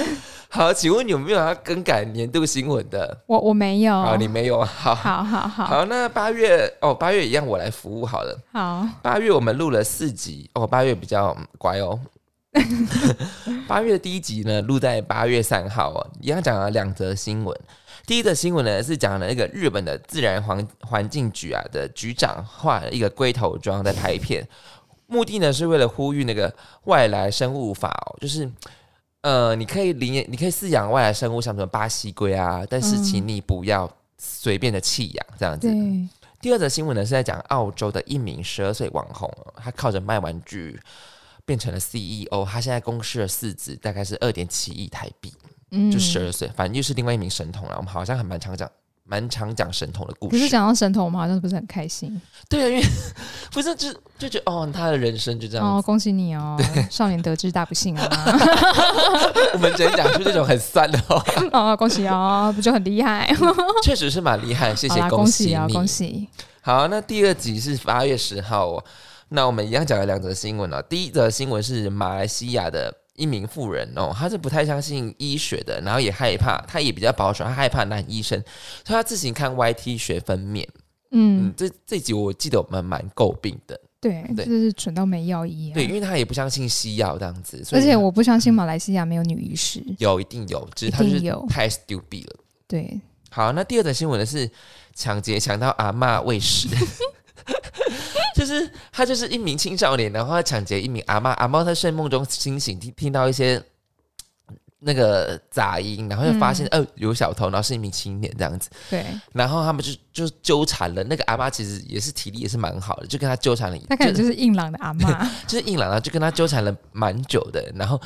B: 好，请问你有没有要更改年度新闻的？
A: 我我没有，
B: 好，你没有，哦好。
A: 好好好
B: 好，那八月哦，八月一样，我来服务好了。
A: 好，
B: 八月我们录了四集哦，八月比较嗯乖哦。 *laughs* 嗯八月的第一集呢，录在八月三号哦，一样讲了两则新闻。第一则新闻呢是讲了一个日本的自然环环境局啊的局长画了一个龟头装在拍片，目的呢是为了呼吁那个外来生物法哦，就是呃，你可以领养，你可以饲养外来生物，像什么巴西龟啊，但是
A: 嗯
B: 请你不要随便的弃养这样子。
A: 对，
B: 第二则新闻呢是在讲澳洲的一名十二岁网红哦，他靠着卖玩具变成了 CEO，他现在公司的市值大概是二点七亿台币，
A: 嗯
B: 就十二岁，反正又是另外一名神童了。我们好像很蛮常讲，蛮常讲神童的故
A: 可是
B: 事。
A: 讲到神童，我们好像不是很开心。
B: 对啊，因为 *laughs* 不是就就觉得哦，他的人生就这样
A: 哦，
B: 子。
A: 恭喜你
B: *laughs*
A: 哦，少年得志大不幸啊！ *laughs*
B: 我们只能讲出这种很酸的话，
A: 哦，恭喜哦，不就很厉害？
B: 确实是蛮厉害。 *laughs* 谢
A: 好
B: 谢，
A: 啦，恭
B: 喜
A: 喜哦，
B: 你！
A: 恭喜！
B: 好，那第二集是八月十号哦。那我们一样讲了两则新闻哦。第一则新闻是马来西亚的一名妇人哦，她是不太相信医学的，然后也害怕，她也比较保守，她害怕男医生，所以她自行看 YT 学分娩。嗯
A: 嗯，，
B: 这这集我记得我们蛮诟病的，
A: 对，
B: 对
A: 就是蠢到没药医啊。
B: 对，因为她也不相信西药这样子，所
A: 而
B: 以
A: 且我不相信马来西亚没有女医师。
B: 有一定有，只是她
A: 一
B: 就
A: 定
B: 是
A: 有
B: 太 stupid 了。
A: 对，
B: 好，那第二则新闻呢是抢劫抢到阿嬷喂食， *laughs* 就是他就是一名青少年，然后他抢劫一名阿嬷，阿嬷在睡梦中清醒，听听到一些那个杂音，然后就发现、哦有小偷，然后是一名青年这样子，
A: 对，
B: 然后他们就就纠缠了。那个阿嬷其实也是体力也是蛮好的，就跟他纠缠了，
A: 他可能
B: 就
A: 就是硬朗的阿
B: *laughs*
A: 嬷。
B: 就是硬朗，然后就跟他纠缠了蛮久的，然后。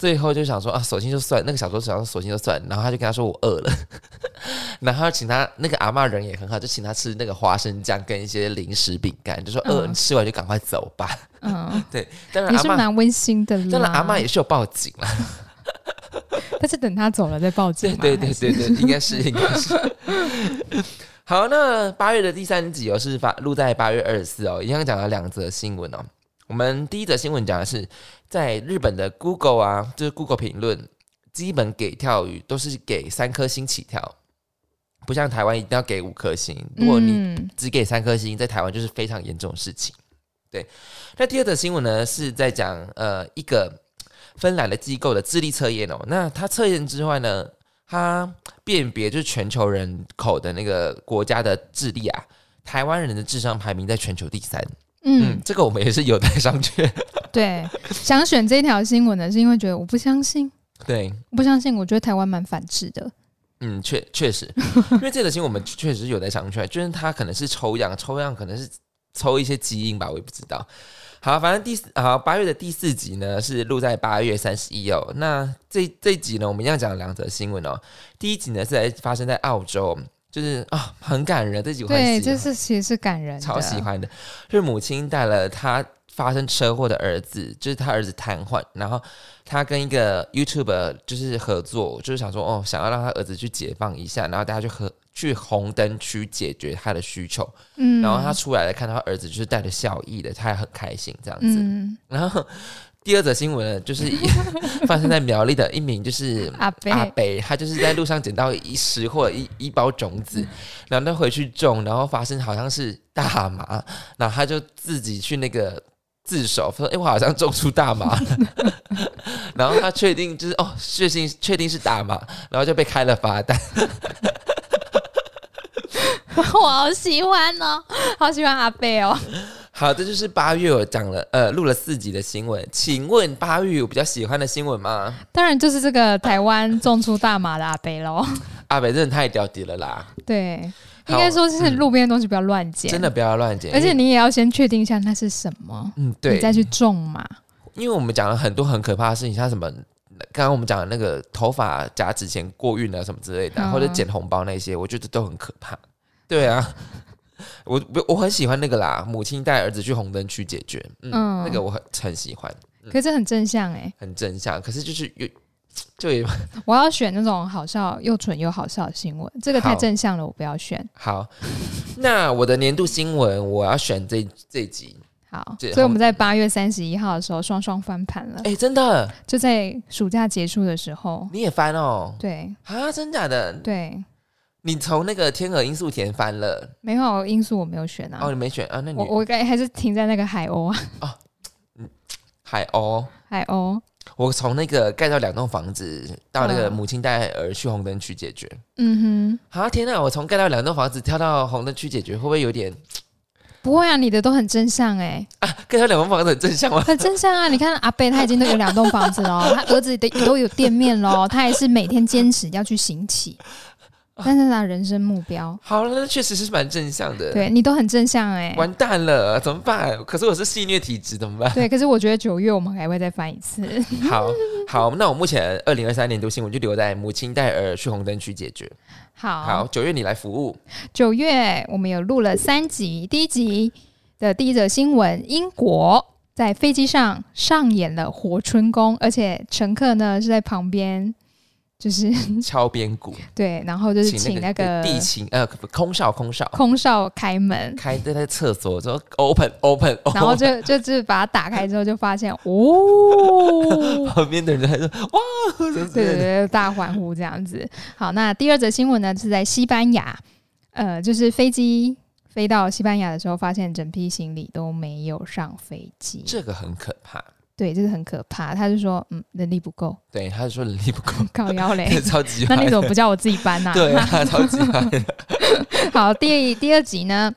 B: 最后就想说啊，索性就算那个小偷想说索性就算，然后他就跟他说我饿了， *laughs* 然后请他那个阿嬷人也很好，就请他吃那个花生酱跟一些零食饼干，就说饿、
A: 嗯
B: 你吃完就赶快走吧。
A: 嗯，
B: 当然
A: 也
B: *laughs* 阿
A: 是
B: 嬷，
A: 蛮温馨的
B: 当然
A: 啦。
B: 阿嬷也是有报警啦，
A: 但是等他走了再报警
B: 对
A: 嘛。
B: 对对
A: 还是
B: 对对，应该是应该是。 *laughs* 好，那八月的第三集哦，是发录在八月二十四哦，一样讲了两则新闻哦。我们第一则新闻讲的是在日本的 Google 啊，就是 Google 评论，基本给跳语都是给三颗星起跳，不像台湾一定要给五颗星。如果你
A: 嗯
B: 只给三颗星，在台湾就是非常严重的事情。对，那第二则新闻呢是在讲呃一个芬兰的机构的智力测验哦，那它测验之外呢，它辨别就是全球人口的那个国家的智力啊，台湾人的智商排名在全球第三，嗯，
A: 嗯，
B: 这个我们也是有待商榷。 *laughs*
A: 对，想选这条新闻呢，是因为觉得我不相信，
B: 对，
A: 我不相信，我觉得台湾蛮反智的。
B: 嗯，确确实，因为这则新闻我们确实是有在想出来，就是它可能是抽样，抽样可能是抽一些基因吧，我也不知道。好，反正第四好八月的第四集呢是录在八月三十一哦。那这这一集呢，我们一样讲两则新闻哦。第一集呢是在发生在澳洲，就是啊、很感人，这集我很喜
A: 对，
B: 欢，
A: 这是其实是感人的，
B: 啊超喜欢的，是母亲带了她发生车祸的儿子，就是他儿子瘫痪，然后他跟一个 YouTuber 就是合作，就是想说哦，想要让他儿子去解放一下，然后大家去和去红灯区解决他的需求，
A: 嗯，
B: 然后他出来了，看到他儿子就是带着笑意的，他也很开心这样子，
A: 嗯，
B: 然后。第二则新闻呢，就是 *laughs* 发生在苗栗的一名就是
A: 阿贝
B: 阿北，他就是在路上捡到一石或者一一包种子，
A: 嗯
B: 然后他回去种，然后发现好像是大麻，然后他就自己去那个自首，说：“哎、我好像种出大麻了。” *laughs* 然后他确定就是哦，确定确定是大麻，然后就被开了罚单。
A: *laughs* 我好喜欢哦，好喜欢阿贝哦。 *laughs*
B: 好，这就是八月我讲了呃录了四集的新闻，请问八月有比较喜欢的新闻吗？
A: 当然就是这个台湾种出大麻的阿贝喽。
B: 阿北真的太屌底了啦，
A: *laughs* 对，
B: 好
A: 应该说是
B: 嗯
A: 路边的东西不要乱捡，
B: 真的。不要乱捡，
A: 而且
B: 因为
A: 你也要先确定一下那是什么，
B: 嗯
A: 你
B: 对，
A: 再去种嘛。
B: 因为我们讲了很多很可怕的事情，像什么刚刚我们讲的那个头发夹指前过运啊什么之类的，
A: 嗯
B: 或者捡红包那些，我觉得都很可怕。对啊， *laughs* 我我很喜欢那个啦，母亲带儿子去红灯区解决，嗯，
A: 嗯
B: 那个我很很喜欢，
A: 可是这很正向哎、
B: 很正向。可是就是有就也 *laughs*
A: 我要选那种好笑又蠢又好笑的新闻，这个太
B: 好
A: 正向了，我不要选。
B: 好。那我的年度新闻，我要选这这一集。
A: 好，
B: 这
A: 所以我们在八月三十一号的时候双双翻盘了，
B: 哎、真的，
A: 就在暑假结束的时候。
B: 你也翻哦？
A: 对
B: 啊，真假的？
A: 对，
B: 你从那个天鹅罂粟田翻了？
A: 没有因素我没有选啊，
B: 哦，你没选啊？那你
A: 我我该还是停在那个海鸥啊， *laughs*
B: 海鸥。
A: 海鸥。
B: 我从那个盖到两栋房子到那个
A: 嗯
B: 母亲带儿去红灯区解决。
A: 嗯
B: 啊天哪！我从盖到两栋房子跳到红灯区解决，会不会有点
A: 哼，不会啊，你的都很正向哎、
B: 盖到两栋房子很正向吗？
A: 很正向啊！你 *laughs* 看阿贝他已经都有两栋房子
B: *laughs*
A: 了，他儿子的都有店面喽，他还是每天坚持要去行
B: *laughs*
A: 乞，但是他人生目标，
B: 好了，那确实是蛮正向的。，
A: 对你都很正向哎、
B: 呃完蛋了，怎么办？可是我是戏虐体质，怎么
A: *laughs*
B: 办？
A: 对，可是我觉得九月我们还会再翻一
B: *laughs*
A: 次。
B: 好好，那我目前二零二三年度新闻就留在母亲带儿去红灯区解决。好，
A: 好，
B: 九月你来服务。
A: 九月我们有录了三集，第一集的第一则新闻，英国在飞机上上演了活春宫，而且乘客呢是在旁边，就是
B: 敲边鼓，
A: 对，然后嗯就是请那个
B: 地勤呃空少空少
A: 空少开 *laughs* 门。
B: 开在在厕所说 open open，, open
A: 然后就就就是把它打开之后，就发现哦，
B: 旁边的人还说哇，对
A: 对对对，大欢呼这样子。好，那第二则新闻呢是在西班牙，呃，就是飞机飞到西班牙的时候，发现整批行李都没有上飞机，
B: 这个很可怕。
A: 对，这个很可怕。他就说，嗯，能力不够，
B: 对，他就说能力不够，
A: 靠腰
B: *laughs*
A: 嘞。
B: 超级
A: 那你
B: 坏的。
A: 怎么不叫我自己搬呢、啊
B: 对啊，超级坏的。
A: 好，第第二集呢，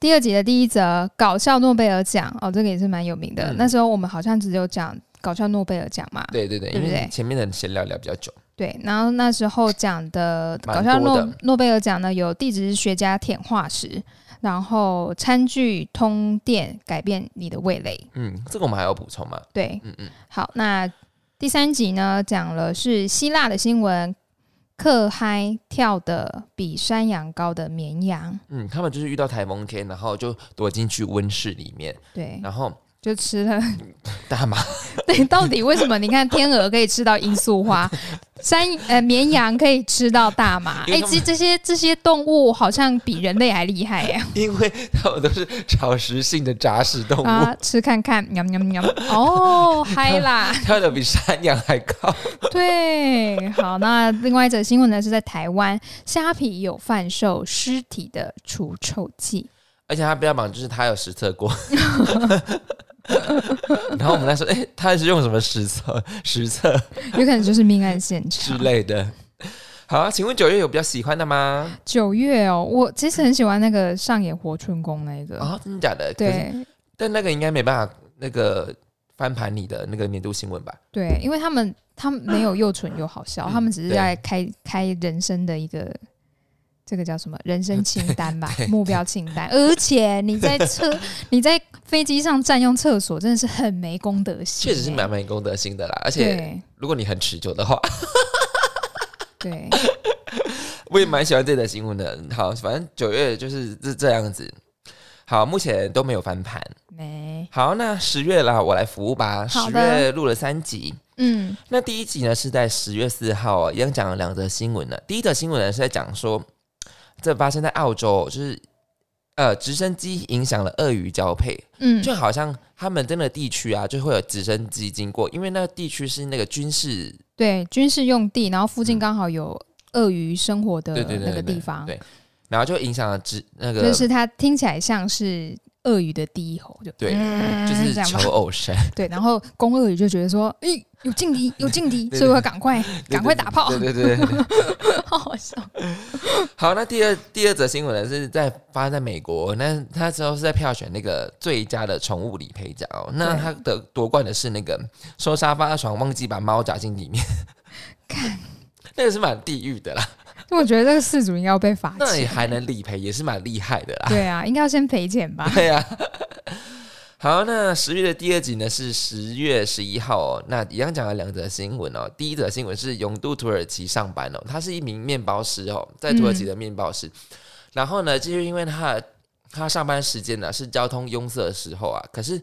A: 第二集的第一则搞笑诺贝尔奖哦，这个也是蛮有名的。
B: 嗯
A: 那时候我们好像只有讲搞笑诺贝尔奖嘛，
B: *laughs* 对对对，
A: 对
B: 因
A: 不对
B: 为前面的闲聊聊比较久，
A: 对，然后那时候讲的搞
B: 蛮
A: 笑
B: 多
A: 诺
B: 的
A: 诺贝尔奖呢，有地质学家舔化石，然后餐具通电改变你的味蕾。
B: 嗯，这个我们还要补充吗？
A: 对，
B: 嗯嗯，
A: 好，那第三集呢，讲了是希腊的新闻，克嗨跳的比山羊高的绵羊，
B: 嗯，他们就是遇到台风天，然后就躲进去温室里面，
A: 对，
B: 然后
A: 就吃了。 *laughs*
B: 大麻， *laughs*
A: 对，到底为什么？你看天鹅可以吃到罂粟
B: *laughs*
A: 花，山呃绵羊可以吃到大麻，
B: 因
A: 哎、
B: 为它们
A: 其实这些这些动物好像比人类还厉害耶。
B: 因为他们都是草食性的杂食 *laughs* 动物，
A: 啊，吃看看，喵喵喵，
B: *laughs*
A: 哦，嗨啦，
B: 跳的比山羊
A: *laughs*
B: 还高。
A: 对，好，那另外一则新闻呢是在台湾，虾皮有贩售尸体的除臭剂，
B: 而且他标榜就是他有实测过， *laughs* 然后我们来说，哎、他是用什么实测、实测
A: *laughs* 有可能就是命案现
B: 之
A: 场。
B: 类的。好啊，请问九月有比较喜欢的吗？
A: 九月哦，我其实很喜欢那个上野活春宫那个，
B: 啊、真的假的？可是，
A: 哦对
B: 但那个应该没办法，那个翻盘你的那个年度新闻吧？
A: 对，因为他们他们没有又蠢又好笑，
B: *laughs* 嗯
A: 他们只是
B: 对
A: 在开开人生的一个。这个叫什么人生清单吧
B: *laughs* 对，对
A: 目标清单。而且你在
B: *laughs*
A: 车、你在飞机上占用厕所，真的是很没公德心、
B: 确实是
A: 欸
B: 蛮没公德心的啦。而且，
A: 对
B: 如果你很持久的话， *laughs*
A: 对，
B: 我也蛮喜欢这则新闻的。好，反正九月就是这这样子。好，目前都没有翻盘。
A: 没，
B: 好，那十月啦，我来服务吧。
A: 好
B: 十
A: 的
B: 月录了三集，
A: 嗯，
B: 那第一集呢是在十月四号、哦，一样讲了两则新闻呢。第一则新闻呢是在讲说，这发生在澳洲哦，就是呃直升机影响了鳄鱼交配，
A: 嗯，
B: 就好像他们真的地区啊，就会有直升机经过，因为那个地区是那个军事，
A: 对，军事用地，然后附近
B: 嗯
A: 刚好有鳄鱼生活的
B: 对对对
A: 呃那个
B: 对对
A: 地方，
B: 对，然后就影响了直那个
A: 就是它听起来像是鳄鱼的低吼，就
B: 对
A: 嗯
B: 就是
A: 这样吧
B: 求偶声，
A: *laughs* 对，然后公鳄鱼就觉得说，诶，有劲敌，有劲敌，
B: 对
A: 所以我要赶快
B: 对
A: 赶快打炮，
B: 对对对。对
A: 好好笑，
B: 好，那第二第二则新闻呢是在发生在美国，那他之后是在票选那个最佳的宠物理赔奖哦。那
A: 对
B: 他的夺冠的是那个收沙发床忘记把猫夹进里面，
A: 看，
B: *laughs* 那个是蛮地狱的啦。
A: *laughs* 因为我觉得这个事主应该要被罚
B: 那你
A: 钱，
B: 还能理赔，也是啊蛮厉害的啦。
A: 对啊，应该要先赔钱吧，
B: *laughs* 对呀、啊。好，那十月的第二集呢是十月十一号哦。那一样讲了两则新闻哦。第一则新闻是永渡土耳其上班哦，他是一名面包师哦，在土耳其的面包师。然后呢，就是因为他的他上班时间呢、是交通拥塞的时候啊，可是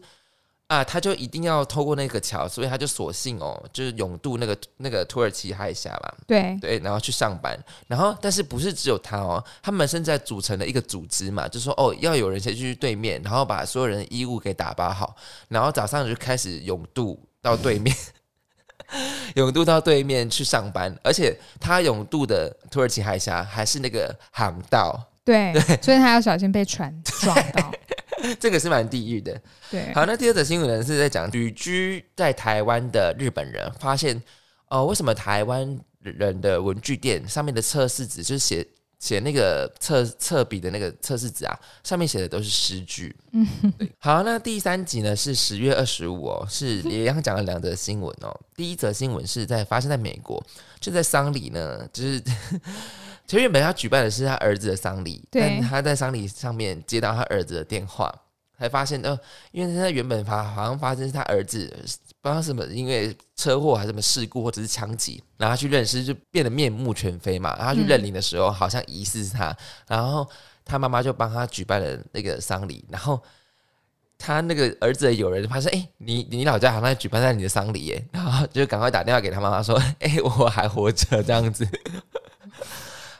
B: 啊，他就一定要透过那个桥，所以他就索性哦，就是永渡那个那个土耳其海峡嘛，
A: 对，
B: 对，然后去上班，然后但是不是只有他哦，他们现在组成了一个组织嘛，就说哦，要有人先去对面，然后把所有人的衣物给打包好，然后早上就开始勇渡到对面， *laughs* 勇渡到对面去上班，而且他勇渡的土耳其海峡还是那个航道，
A: 对，所以他要小心被船撞到，
B: 这个是蛮地狱的。 *laughs*
A: 对，
B: 好，那第二则新闻呢是在讲旅居在台湾的日本人发现，哦，为什么台湾人的文具店上面的测试纸就是写写那个测测笔的那个测试纸啊，上面写的都是诗
A: *laughs*
B: 句。
A: 嗯
B: 对，好，那第三集呢是十月二十五哦，是也刚讲了两则新闻哦。第一则新闻是在发生在美国，就在丧礼呢，就是 *laughs* 其实原本他举办的是他儿子的丧礼，
A: 对
B: 但他在丧礼上面接到他儿子的电话，才发现呃，因为他原本发好像发生是他儿子不知道什么，因为车祸还是什么事故，或者是枪击，然后他去认尸，就变得面目全非嘛。然后他去认领的时候，好像疑似是他，然后他妈妈就帮他举办了那个丧礼，然后。他那个儿子的友人发现，哎、你你老家好像举办在你的丧礼耶， *laughs* 然后就赶快打电话给他妈妈说，哎、我还活着这样子。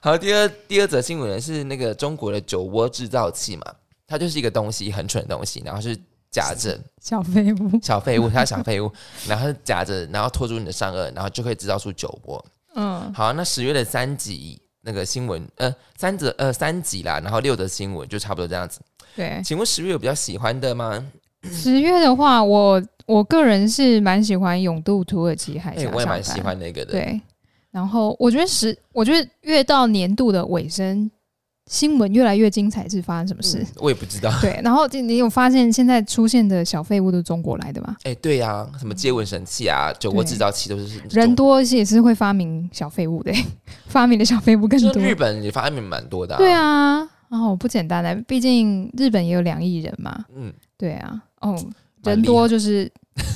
B: 好，第二第二则新闻呢是那个中国的酒窝制造器嘛，它就是一个东西，很蠢的东西，然后是假证。
A: 小废物，
B: 小废物，他小废物， *laughs* 然后夹着，然后拖住你的上颚，然后就可以制造出酒窝。
A: 嗯，
B: 好，那十月的三集那个新闻，呃，三则呃三集啦，然后六则新闻就差不多这样子。
A: 对，
B: 请问十月有比较喜欢的吗？
A: 十月的话，我我个人是蛮喜欢永渡土耳其海峡、
B: 哎、我也蛮喜。欢那个的。嗯
A: 对，然后我觉得十，我觉得越到年度的尾声，新闻越来越精彩，是发生什么事？
B: 嗯我也不知道。
A: 对，然后你有发现现在出现的小废物都是中国来的吗？
B: 哎、对呀、什么接吻神器啊，酒
A: 嗯
B: 窝
A: 对
B: 制造器都是
A: 人多也是会发明小废物的、 *laughs* 发明的小废物更
B: 就
A: 多。
B: 日本也发明蛮多的、
A: 对，啊，哦，不简单的，毕竟日本也有两亿人嘛。
B: 嗯，
A: 对啊，哦，
B: 蛮
A: 人
B: 厉
A: 多就是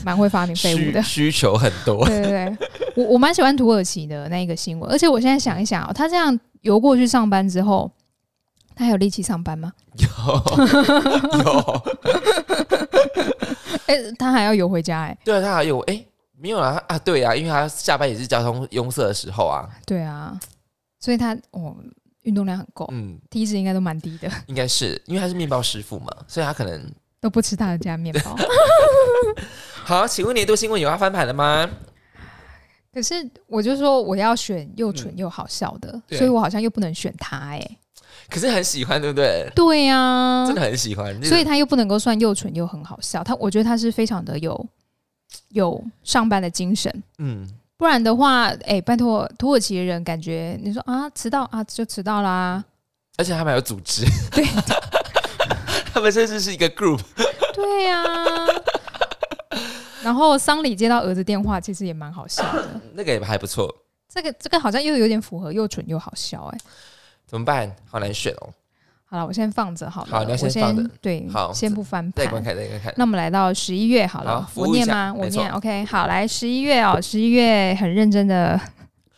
A: 蛮会发明废物
B: *laughs* 需
A: 的。
B: 需求很多。
A: 对对对，我我蛮喜欢土耳其的那一个新闻，而且我现在想一想哦，他这样游过去上班之后，他还有力气上班吗？
B: 有 *laughs* 有，
A: 哎、他还要游回家哎、
B: 对啊，他还有哎、没有啊啊，对啊，因为他下班也是交通拥塞的时候啊，
A: 对啊，所以他哦运动量很够，
B: 嗯，
A: 体脂应该都蛮低的，
B: 应该是因为他是面包师傅嘛，所以他可能
A: 都不吃他的家面
B: *laughs*
A: 包。
B: 好。请问年度新闻有要翻盘了吗？
A: 可是我就说我要选又蠢又好笑的，
B: 嗯对
A: 所以我好像又不能选他哎、
B: 可是很喜欢，对不对？
A: 对呀、啊
B: 真，的很喜欢，
A: 所以他又不能够算又蠢又很好笑，他我觉得他是非常的有有上班的精神。
B: 嗯，
A: 不然的话，哎、拜托，土耳其的人感觉你说啊，迟到啊，就迟到
B: *laughs*
A: 啦。
B: 而且他们还有组织，
A: 对
B: *laughs* 他们甚至是一个 group，
A: 对呀、然后丧礼接到儿子电话，其实也蛮好笑的。
B: 那个也还不错。
A: 这个这个好像又有点符合又蠢又好笑哎、
B: 怎么办？好难选哦。
A: 好了，我先放着好了。
B: 好你要
A: 我
B: 先放着
A: 对，
B: 好
A: 先不翻
B: 再观
A: 盘。
B: 看，再观看。
A: 那我们来到十一月好了，
B: 好服务
A: 我念
B: 一下
A: 吗？我
B: 没错
A: 念，OK，好，来十一月哦，十一月很认真的，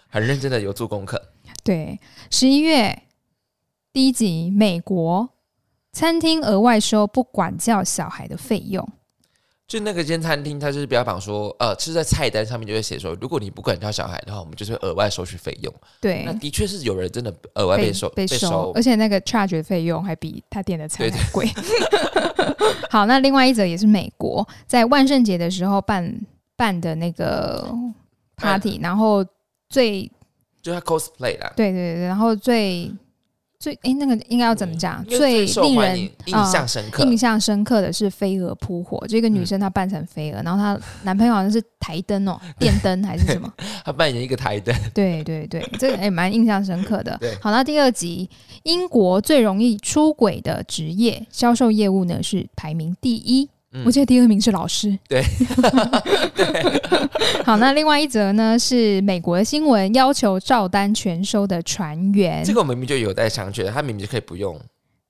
B: 很认真的有做功课，
A: 对，十一月第一集，美国餐厅额外收不管教小孩的费用。
B: 就那个间餐厅，它就是标榜说，呃，是在菜单上面就会写说，如果你不管教小孩的话，我们就是会额外收取费用。
A: 对
B: 那，的确是有人真的额外被收
A: 被
B: 收
A: 而，且那个 charge 的费用还比他店的菜
B: 对
A: 还贵。 *laughs* 好，那另外一则也是美国，在万圣节的时候办办的那个 party，然后最
B: 就他 cosplay 啦，
A: 对对对，然后最最诶，那个应该要怎么讲？
B: 因为
A: 最
B: 受
A: 令
B: 欢
A: 人
B: 迎、印
A: 啊
B: 象深刻。嗯
A: 印象深刻的是飞蛾扑火，就一个女生她扮成飞蛾，然后她男朋友好像是台灯
B: *laughs*
A: 哦，电灯还是什么？
B: 他扮演一个台灯，
A: 对对对，这个也蛮印象深刻的
B: 对。
A: 好，那第二集，英国最容易出轨的职业销售业务呢是排名第一。
B: 嗯
A: 我记得第二名是老师。 *laughs*
B: 对
A: 好，那另外一则呢是美国的新闻要求照单全收的船员。
B: 这个我明明就有待商榷，他明明就可以不用，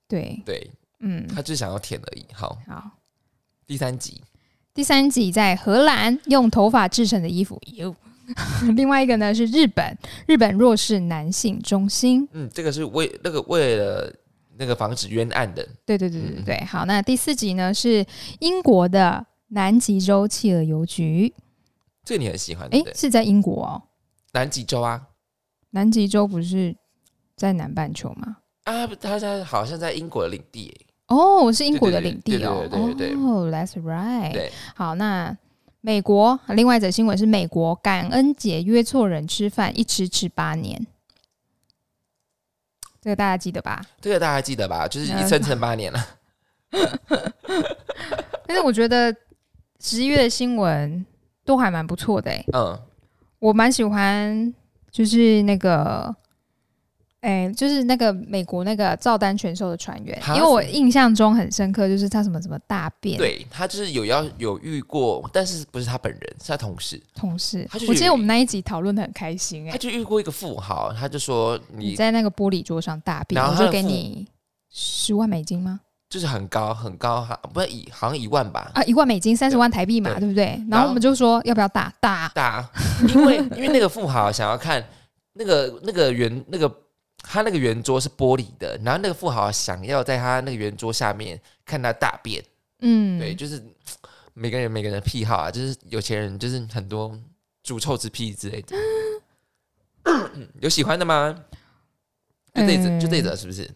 A: 对，
B: 对
A: 嗯，
B: 他就想要舔而已。好，
A: 好。
B: 第三集
A: 第三集在荷兰用头发制成的衣服，哟 *laughs* 另外一个呢是日本，日本弱势男性中心。
B: 嗯，这个是为那个为了那个防止冤案的，
A: 对对对对
B: 嗯
A: 对，对好，那第四集呢是英国的南极洲企鹅邮局，
B: 这个你很喜欢，对
A: 诶
B: 不，对？
A: 是在英国哦，
B: 南极洲啊
A: 南极洲不是在南半球吗？
B: 啊，他他好像在英国的领地耶，
A: 哦，是英国的领地哦
B: 对，对对对对对
A: 哦，That's right。
B: 对，
A: 好，那美国另外一则新闻是美国感恩节约错人吃饭，一吃吃八年，这个大家记得吧？
B: 这个大家还记得吧？就是一撑撑八年了，
A: 但是我觉得十一月的新闻都还蛮不错的、欸，
B: 嗯，
A: 我蛮喜欢，就是那个。哎、就是那个美国那个照单全收的船员，
B: 哈
A: 因为我印象中很深刻，就是他什么什么大便
B: 对他就是有要有遇过，但是不是他本人，是他同事，
A: 同事
B: 他就，
A: 我记
B: 有
A: 得我们那一集讨论的很开心、
B: 他
A: 哎，
B: 就遇过一个富豪，他就说
A: 你
B: 你
A: 在那个玻璃桌上大便，
B: 然后
A: 我
B: 他的
A: 就给
B: 父
A: 你十万美金吗？
B: 就是很高很高，哈，不是一好像一万吧，
A: 啊，一万美金三十万台币嘛，
B: 对
A: 对不对？
B: 然
A: 然
B: 后
A: 后我们就说要不要打打？
B: 大，啊因为 *laughs* 因为那个富豪想要看那个那个圆那个他那个圆桌是玻璃的，然后那个富豪想要在他那个圆桌下面看他大便，
A: 嗯，
B: 对，就是每个人每个人的癖好啊，就是有钱人就是很多猪臭之癖之类
A: *coughs*
B: 的。嗯有喜欢的吗？就这一
A: 呃
B: 则，就这一则，是不是？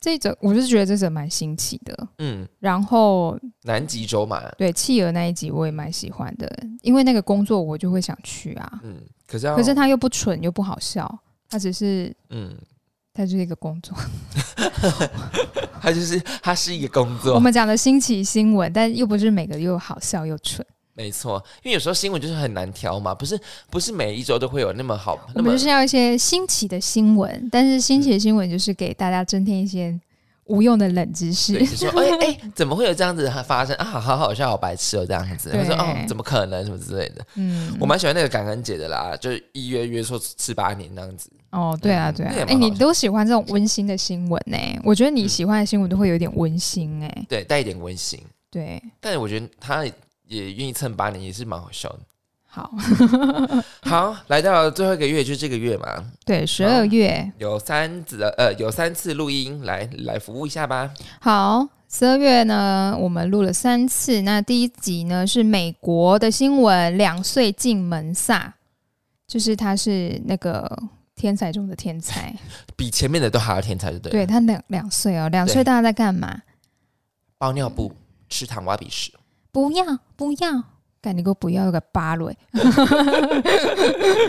A: 这则我是觉得这则蛮新奇的。
B: 嗯，
A: 然后
B: 南极洲嘛，
A: 对企鹅那一集我也蛮喜欢的，因为那个工作我就会想去啊。
B: 嗯，可是要
A: 可是他又不蠢又不好笑，他只是
B: 嗯，
A: 他就是一个工作。
B: 他就是他是一个工作
A: 我，们讲的新奇新闻，但又不是每个又好笑又蠢。
B: 没错，因为有时候新闻就是很难挑嘛，不是不是每一周都会有那么好，
A: 我
B: 那么嗯
A: 们就是要一些新奇的新闻，但是新奇的新闻就是给大家增添一些无用的冷知识
B: 对，。
A: *laughs*
B: 就说哎哎、怎么会有这样子发生啊？好好好笑，好白痴哦，这样子。
A: 对
B: 他说哦，怎么可能什么之类的。
A: 嗯，
B: 我蛮喜欢那个感恩节的啦，就是一约约说十八年这样子。
A: 哦，对啊，
B: 嗯
A: 对啊
B: 那也，蛮
A: 哎，
B: 好
A: 你
B: 的
A: 都喜欢这种温馨的新闻呢？我觉得你
B: 嗯
A: 喜欢的新闻都会有点温馨哎，
B: 对，带一点温馨。
A: 对，
B: 但我觉得他也愿意蹭八年，也是蛮好笑的。
A: 好， *laughs* 嗯
B: 好，来到最后一个月，就是这个月嘛，
A: 对，十二月
B: 有三次呃有三次录音，来来服务一下吧。
A: 好，十二月呢，我们录了三次。那第一集呢是美国的新闻，两岁进门萨，就是他是那个天才中的天才，
B: 比前面的都还要天才，对不对？
A: 对他两两岁哦，两岁
B: 对
A: 大家在干嘛？
B: 包尿布、吃糖挖鼻屎，
A: 不要不要，赶你给我不要有个八轮。 *laughs*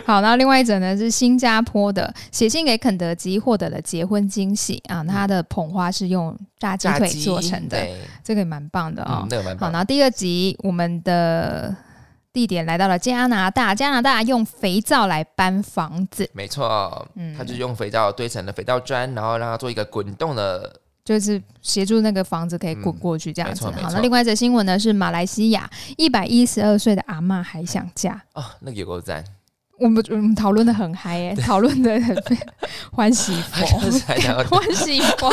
A: 好，然后另外一则呢是新加坡的，写信给肯德基获得了结婚惊喜啊，他的捧花是用炸鸡
B: 嗯炸
A: 腿
B: 鸡
A: 做成的，
B: 对
A: 这个也蛮棒的哦。
B: 嗯，那个蛮
A: 好，
B: 棒的。
A: 然后第二集我们的地点来到了加拿大，加拿大用肥皂来搬房子，
B: 没错，
A: 嗯
B: 他就用肥皂堆成了肥皂砖，然后让它做一个滚动的。
A: 就是协助那个房子可以滚过去这样子。
B: 嗯没错没
A: 好，那
B: 错
A: 另外一则新闻呢是马来西亚一百一十二岁的阿嬷还想嫁。
B: 哦，那个有够赞，
A: 我们我们讨论的很嗨耶、讨论的很欢喜
B: 还
A: 佛
B: 想，还想要
A: 欢喜佛，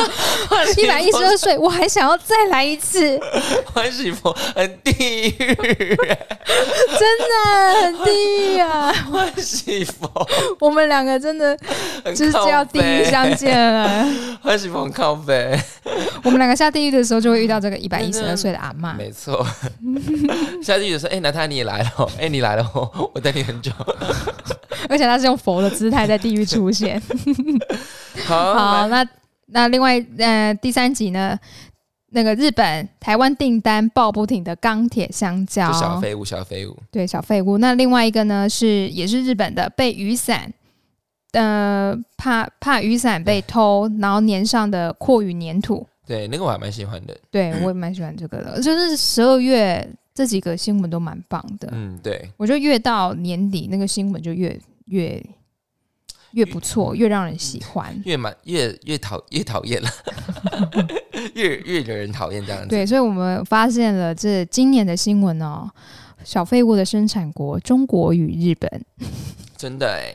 A: 一百一十二岁，我还想要再来一次，
B: 欢喜佛很地狱，
A: 真的很地狱啊！
B: 欢喜佛
A: 我们两个真的
B: 很
A: 就是
B: 靠
A: 要地狱
B: 北
A: 相见了。
B: 欢喜佛很靠背，
A: 我们两个下地狱的时候，就会遇到这个一百一
B: 真
A: 十
B: 的
A: 二岁的阿嬷。
B: 没错。下地狱的时候，哎、娜塔你也来了 *laughs* 哦，哎、你来了哦，我等你很久。
A: 而且她是用佛的姿态在地狱出现。 *laughs*
B: 好，
A: 好，
B: 来
A: 那那另外呃第三集呢，那个日本台湾订单爆不停的钢铁香蕉
B: 就，小废物，小废物，
A: 对小废物。那另外一个呢是也是日本的被雨伞。呃，怕怕雨伞被偷，然后粘上的阔雨粘土，
B: 对，那个我还蛮喜欢的。
A: 对我也蛮喜欢这个的。就是十二月这几个新闻都蛮棒的，
B: 嗯，对，
A: 我觉得越到年底，那个新闻就越越越不错，越让人喜欢。
B: 越蛮越越讨越讨厌了， *laughs* 越越惹人讨厌这样子。
A: 对，所以我们发现了这今年的新闻哦，小废物的生产国中国与日本，
B: 真的哎、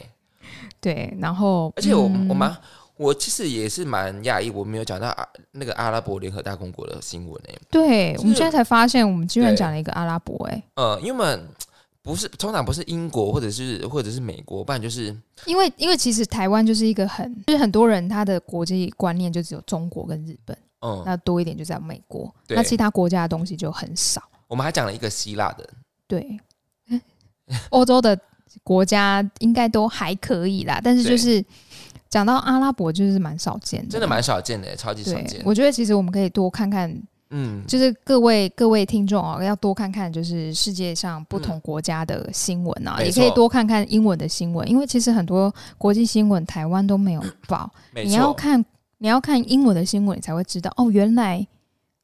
A: 对，然后
B: 而且我、
A: 嗯
B: 我蛮我其实也是蛮讶异，我没有讲到啊那个阿拉伯联合大公国的新闻哎、
A: 对
B: 是
A: 我们现在才发现，我们居然
B: 对
A: 讲了一个阿拉伯、欸，哎，
B: 呃，因为我们不是通常不是英国或者是或者是美国，不然就是
A: 因为因为其实台湾就是一个很，就是很多人他的国际观念就只有中国跟日本，
B: 嗯，
A: 那多一点就在美国，
B: 对
A: 那其他国家的东西就很少。
B: 我们还讲了一个希腊的，
A: 对， *laughs* 欧洲的国家应该都还可以啦，但是就是讲到阿拉伯，就是蛮少见的，
B: 真的蛮少见的、超级少
A: 对
B: 见。。
A: 我觉得其实我们可以多看看，
B: 嗯，
A: 就是各位各位听众哦，要多看看就是世界上不同国家的新闻啊，
B: 嗯没
A: 也
B: 错
A: 可以多看看英文的新闻，因为其实很多国际新闻台湾都没有报，
B: 没
A: 你要
B: 错，
A: 看你要看英文的新闻，你才会知道哦，原来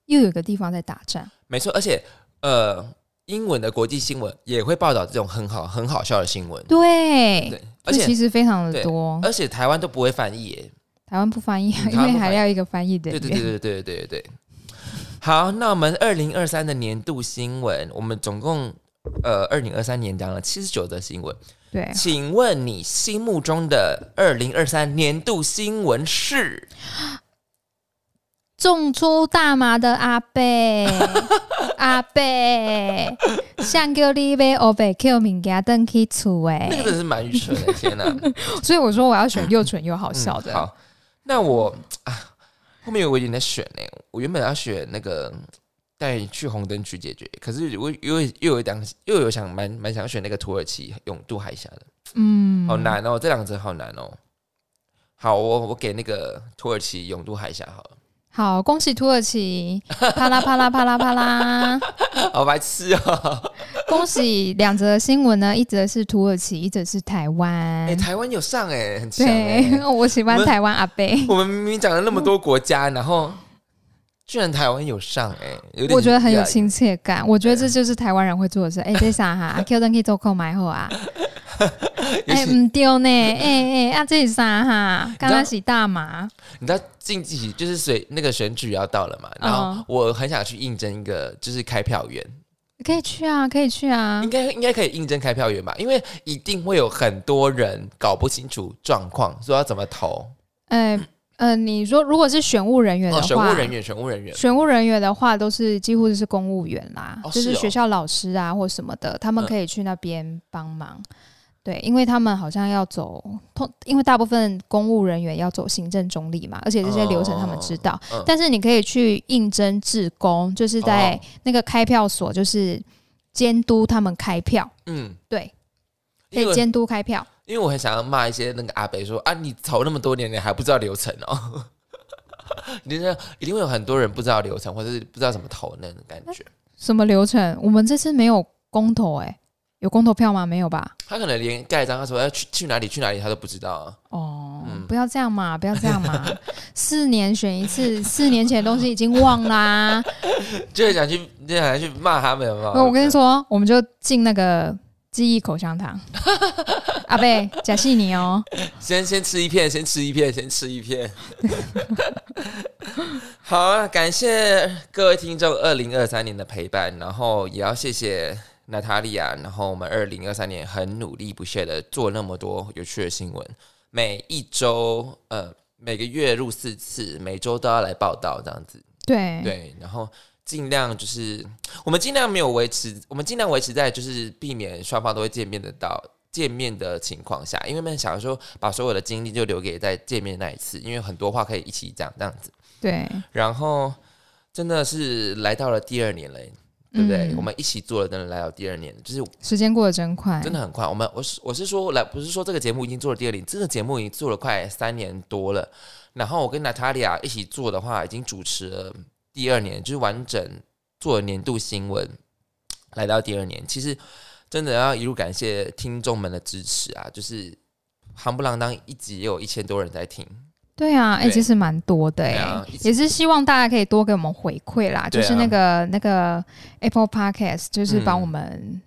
A: 又有一个地方在打仗。
B: 没错，而且呃，英文的国际新闻也会报道这种很好很好笑的新闻，
A: 对，
B: 对，而
A: 这其
B: 且
A: 实非常
B: 对
A: 的多。
B: 而且台湾都不会翻译耶、
A: 台湾不翻译啊，因
B: 嗯台湾
A: 为
B: 不翻
A: 还
B: 译
A: 要一个翻译的
B: 对
A: 人
B: 对对对对对对对。好，那我们二零二三的年度新闻，我们总共呃二零二三年讲了七十九则新闻，
A: 对
B: 请问你心目中的二零二三年度新闻是？
A: 种出大麻的阿贝，阿贝，上个礼拜我被 Q 名给他登去厝
B: *laughs* 那个
A: 诶，
B: 真的是蛮愚蠢的，天哪！
A: 所以我说我要选又蠢又好
B: 嗯
A: 笑的。
B: 好，那我啊，后面我有点在选呢、我原本要选那个带去红灯区解决，可是我又又又有一档又有想蛮蛮想选那个土耳其永渡海峡的。
A: 嗯，
B: 好。难哦，这两者好难哦。好，我我给那个土耳其永渡海峡好了， *laughs*
A: 好，恭喜土耳其，啪啦啪啦啪啦啪
B: *laughs*
A: 啦！
B: 好白痴
A: *laughs*
B: 哦！
A: 恭喜两则新闻呢，一则是土耳其，一则是台湾
B: 哎、。台湾有上哎、很强哎、
A: *laughs* 对，我喜欢
B: 我们
A: 台湾阿贝。
B: 我们明明讲了那么多国家，然后居然台湾有上哎、有点
A: 我觉得很有
B: 讶异
A: 亲切感。我觉得这就是台湾人会做的事。哎、这啥
B: *laughs*
A: 哈？啊 Q 灯可以做购买后啊？
B: 尤
A: 哎、
B: 其
A: 唔对呢，哎、哎、啊这是啥哈？刚刚是大麻，
B: 你知道近期就是选那个选举要到了嘛，然后
A: 嗯
B: 我很想去应征一个就是开票员，
A: 可以去啊，可以去啊
B: 应。该应该可以应征开票员吧，因为一定会有很多人搞不清楚状况，说要怎么投。
A: 哎、呃，你说如果是选务人员的
B: 哦，
A: 话，
B: 选务人员，选务人员，
A: 选务人员的话，都是几乎就是公务员啦，
B: 哦
A: 就是是
B: 哦
A: 学校老师啊或什么的，他们
B: 嗯
A: 可以去那边帮忙。对，因为他们好像要走通，因为大部分公务人员要走行政中立嘛，而且这些流程他们知道。
B: 嗯
A: 但是你可以去应征志工，就是在
B: 哦
A: 那个开票所，就是监督他们开票。
B: 嗯，
A: 对，可
B: 因
A: 以
B: 为
A: 监督开票。
B: 因为我很想要骂一些那个阿北说啊，你投那么多年，你还不知道流程哦。 *laughs* 你知道，一定会有很多人不知道流程，或者是不知道怎么投那种感觉。
A: 什么流程？我们这次没有公投、欸，有公投票吗？没有吧？
B: 他可能连盖章，他说要哎去去哪里去哪里，他都不知道啊。
A: 哦，
B: 嗯
A: 不要这样
B: *laughs*
A: 嘛，不要这样嘛！四年选一次，四年前的东西已经忘啦、
B: 就很想去，就很想去骂他们嘛。
A: 我跟你，说，我们就进那个记忆口香
B: *laughs*
A: 糖。阿贝，假戏你哦，
B: 先先吃一片，先吃一片，先吃一片。好啊，感谢各位听众二零二三年的陪伴，然后也要谢谢娜塔莉亚，然后我们二零二三年很努力不懈的做那么多有趣的新闻，每一周呃每个月录四次，每周都要来报道这样子。
A: 对
B: 对，然后尽量就是我们尽量没有维持，我们尽量维持在就是避免双方都会见面得到见面的情况下，因为我们想说把所有的精力就留给在见面那一次，因为很多话可以一起讲这样子。
A: 对
B: 然后真的是来到了第二年了耶。对不对？
A: 嗯
B: 我们一起做了，真的来到第二年，就是
A: 时间过得真快，
B: 真的很快。我们我是我是说来，不是说这个节目已经做了第二年，这个节目已经做了快三年多了。然后我跟娜塔莉亚一起做的话，已经主持了第二年，就是完整做了年度新闻，来到第二年。其实真的要一路感谢听众们的支持啊，就是行不啷当一集也有一千多人在听，
A: 对啊，哎、
B: 对
A: 其实蛮多的哎、
B: 对啊一直
A: 也是希望大家可以多给我们回馈啦，
B: 对
A: 就
B: 啊
A: 是那个那个 Apple Podcast，就是帮
B: 嗯
A: 我们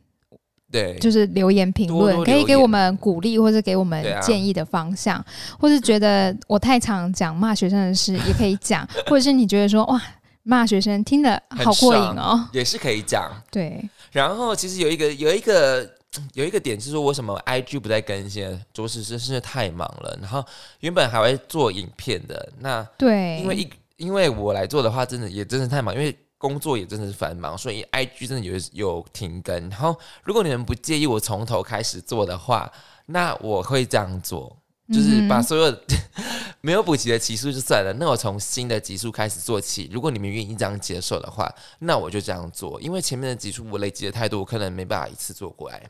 B: 对，
A: 就是留言评论，
B: 多多留
A: 可
B: 言
A: 以给我们鼓励，或者给我们
B: 对啊
A: 建议的方向，或是觉得我太常讲骂学生的事，也可以
B: *laughs*
A: 讲，或者是你觉得说哇，骂学生听得好过瘾哦，
B: 也是可以讲。
A: 对，
B: 然后其实有一个有一个有一个点是说，为什么 IG 不再更新了？着实是真是太忙了。然后原本还会做影片的，那
A: 对，
B: 因为一因为我来做的话，真的也真的太忙，因为工作也真的是繁忙，所以 IG 真的有有停更。然后如果你们不介意我从头开始做的话，那我会这样做。就是把
A: 嗯哼
B: 所有 *laughs* 没有补齐的集数就算了，那我从新的集数开始做起。如果你们愿意这样接受的话，那我就这样做，因为前面的集数我累积的太多，我可能没办法一次做过来，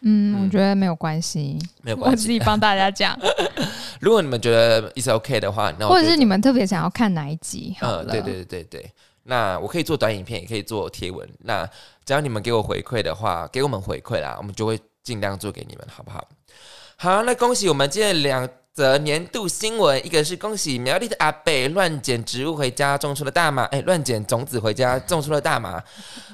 A: 嗯，
B: 嗯
A: 我觉得没有关系，
B: 没有
A: 我
B: 关
A: 自己
B: 系。哦
A: 帮大家
B: *laughs*
A: 讲，
B: 如果你们觉得 is OK 的话，那我
A: 或者
B: 觉得
A: 是你们特别想要看哪一集，好了，
B: 嗯，对对对对对。那我可以做短影片，也可以做贴文。那只要你们给我回馈的话，给我们回馈啦，我们就会尽量做给你们，好不好？好，那恭喜我们今天两则年度新闻，一个是恭喜苗栗的阿贝乱捡植物回家种出了大麻，哎， *laughs* 乱捡种子回家种出了大麻。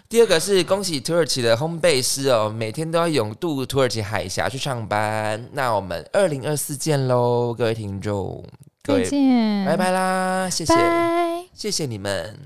B: 第二个是恭喜土耳其的烘焙师哦，每天都要勇渡土耳其海峡去上班。那我们二零二四见喽，各位听众，各
A: 再
B: 位，
A: 见，
B: 拜拜啦，谢谢。
A: 拜。
B: 谢谢你们。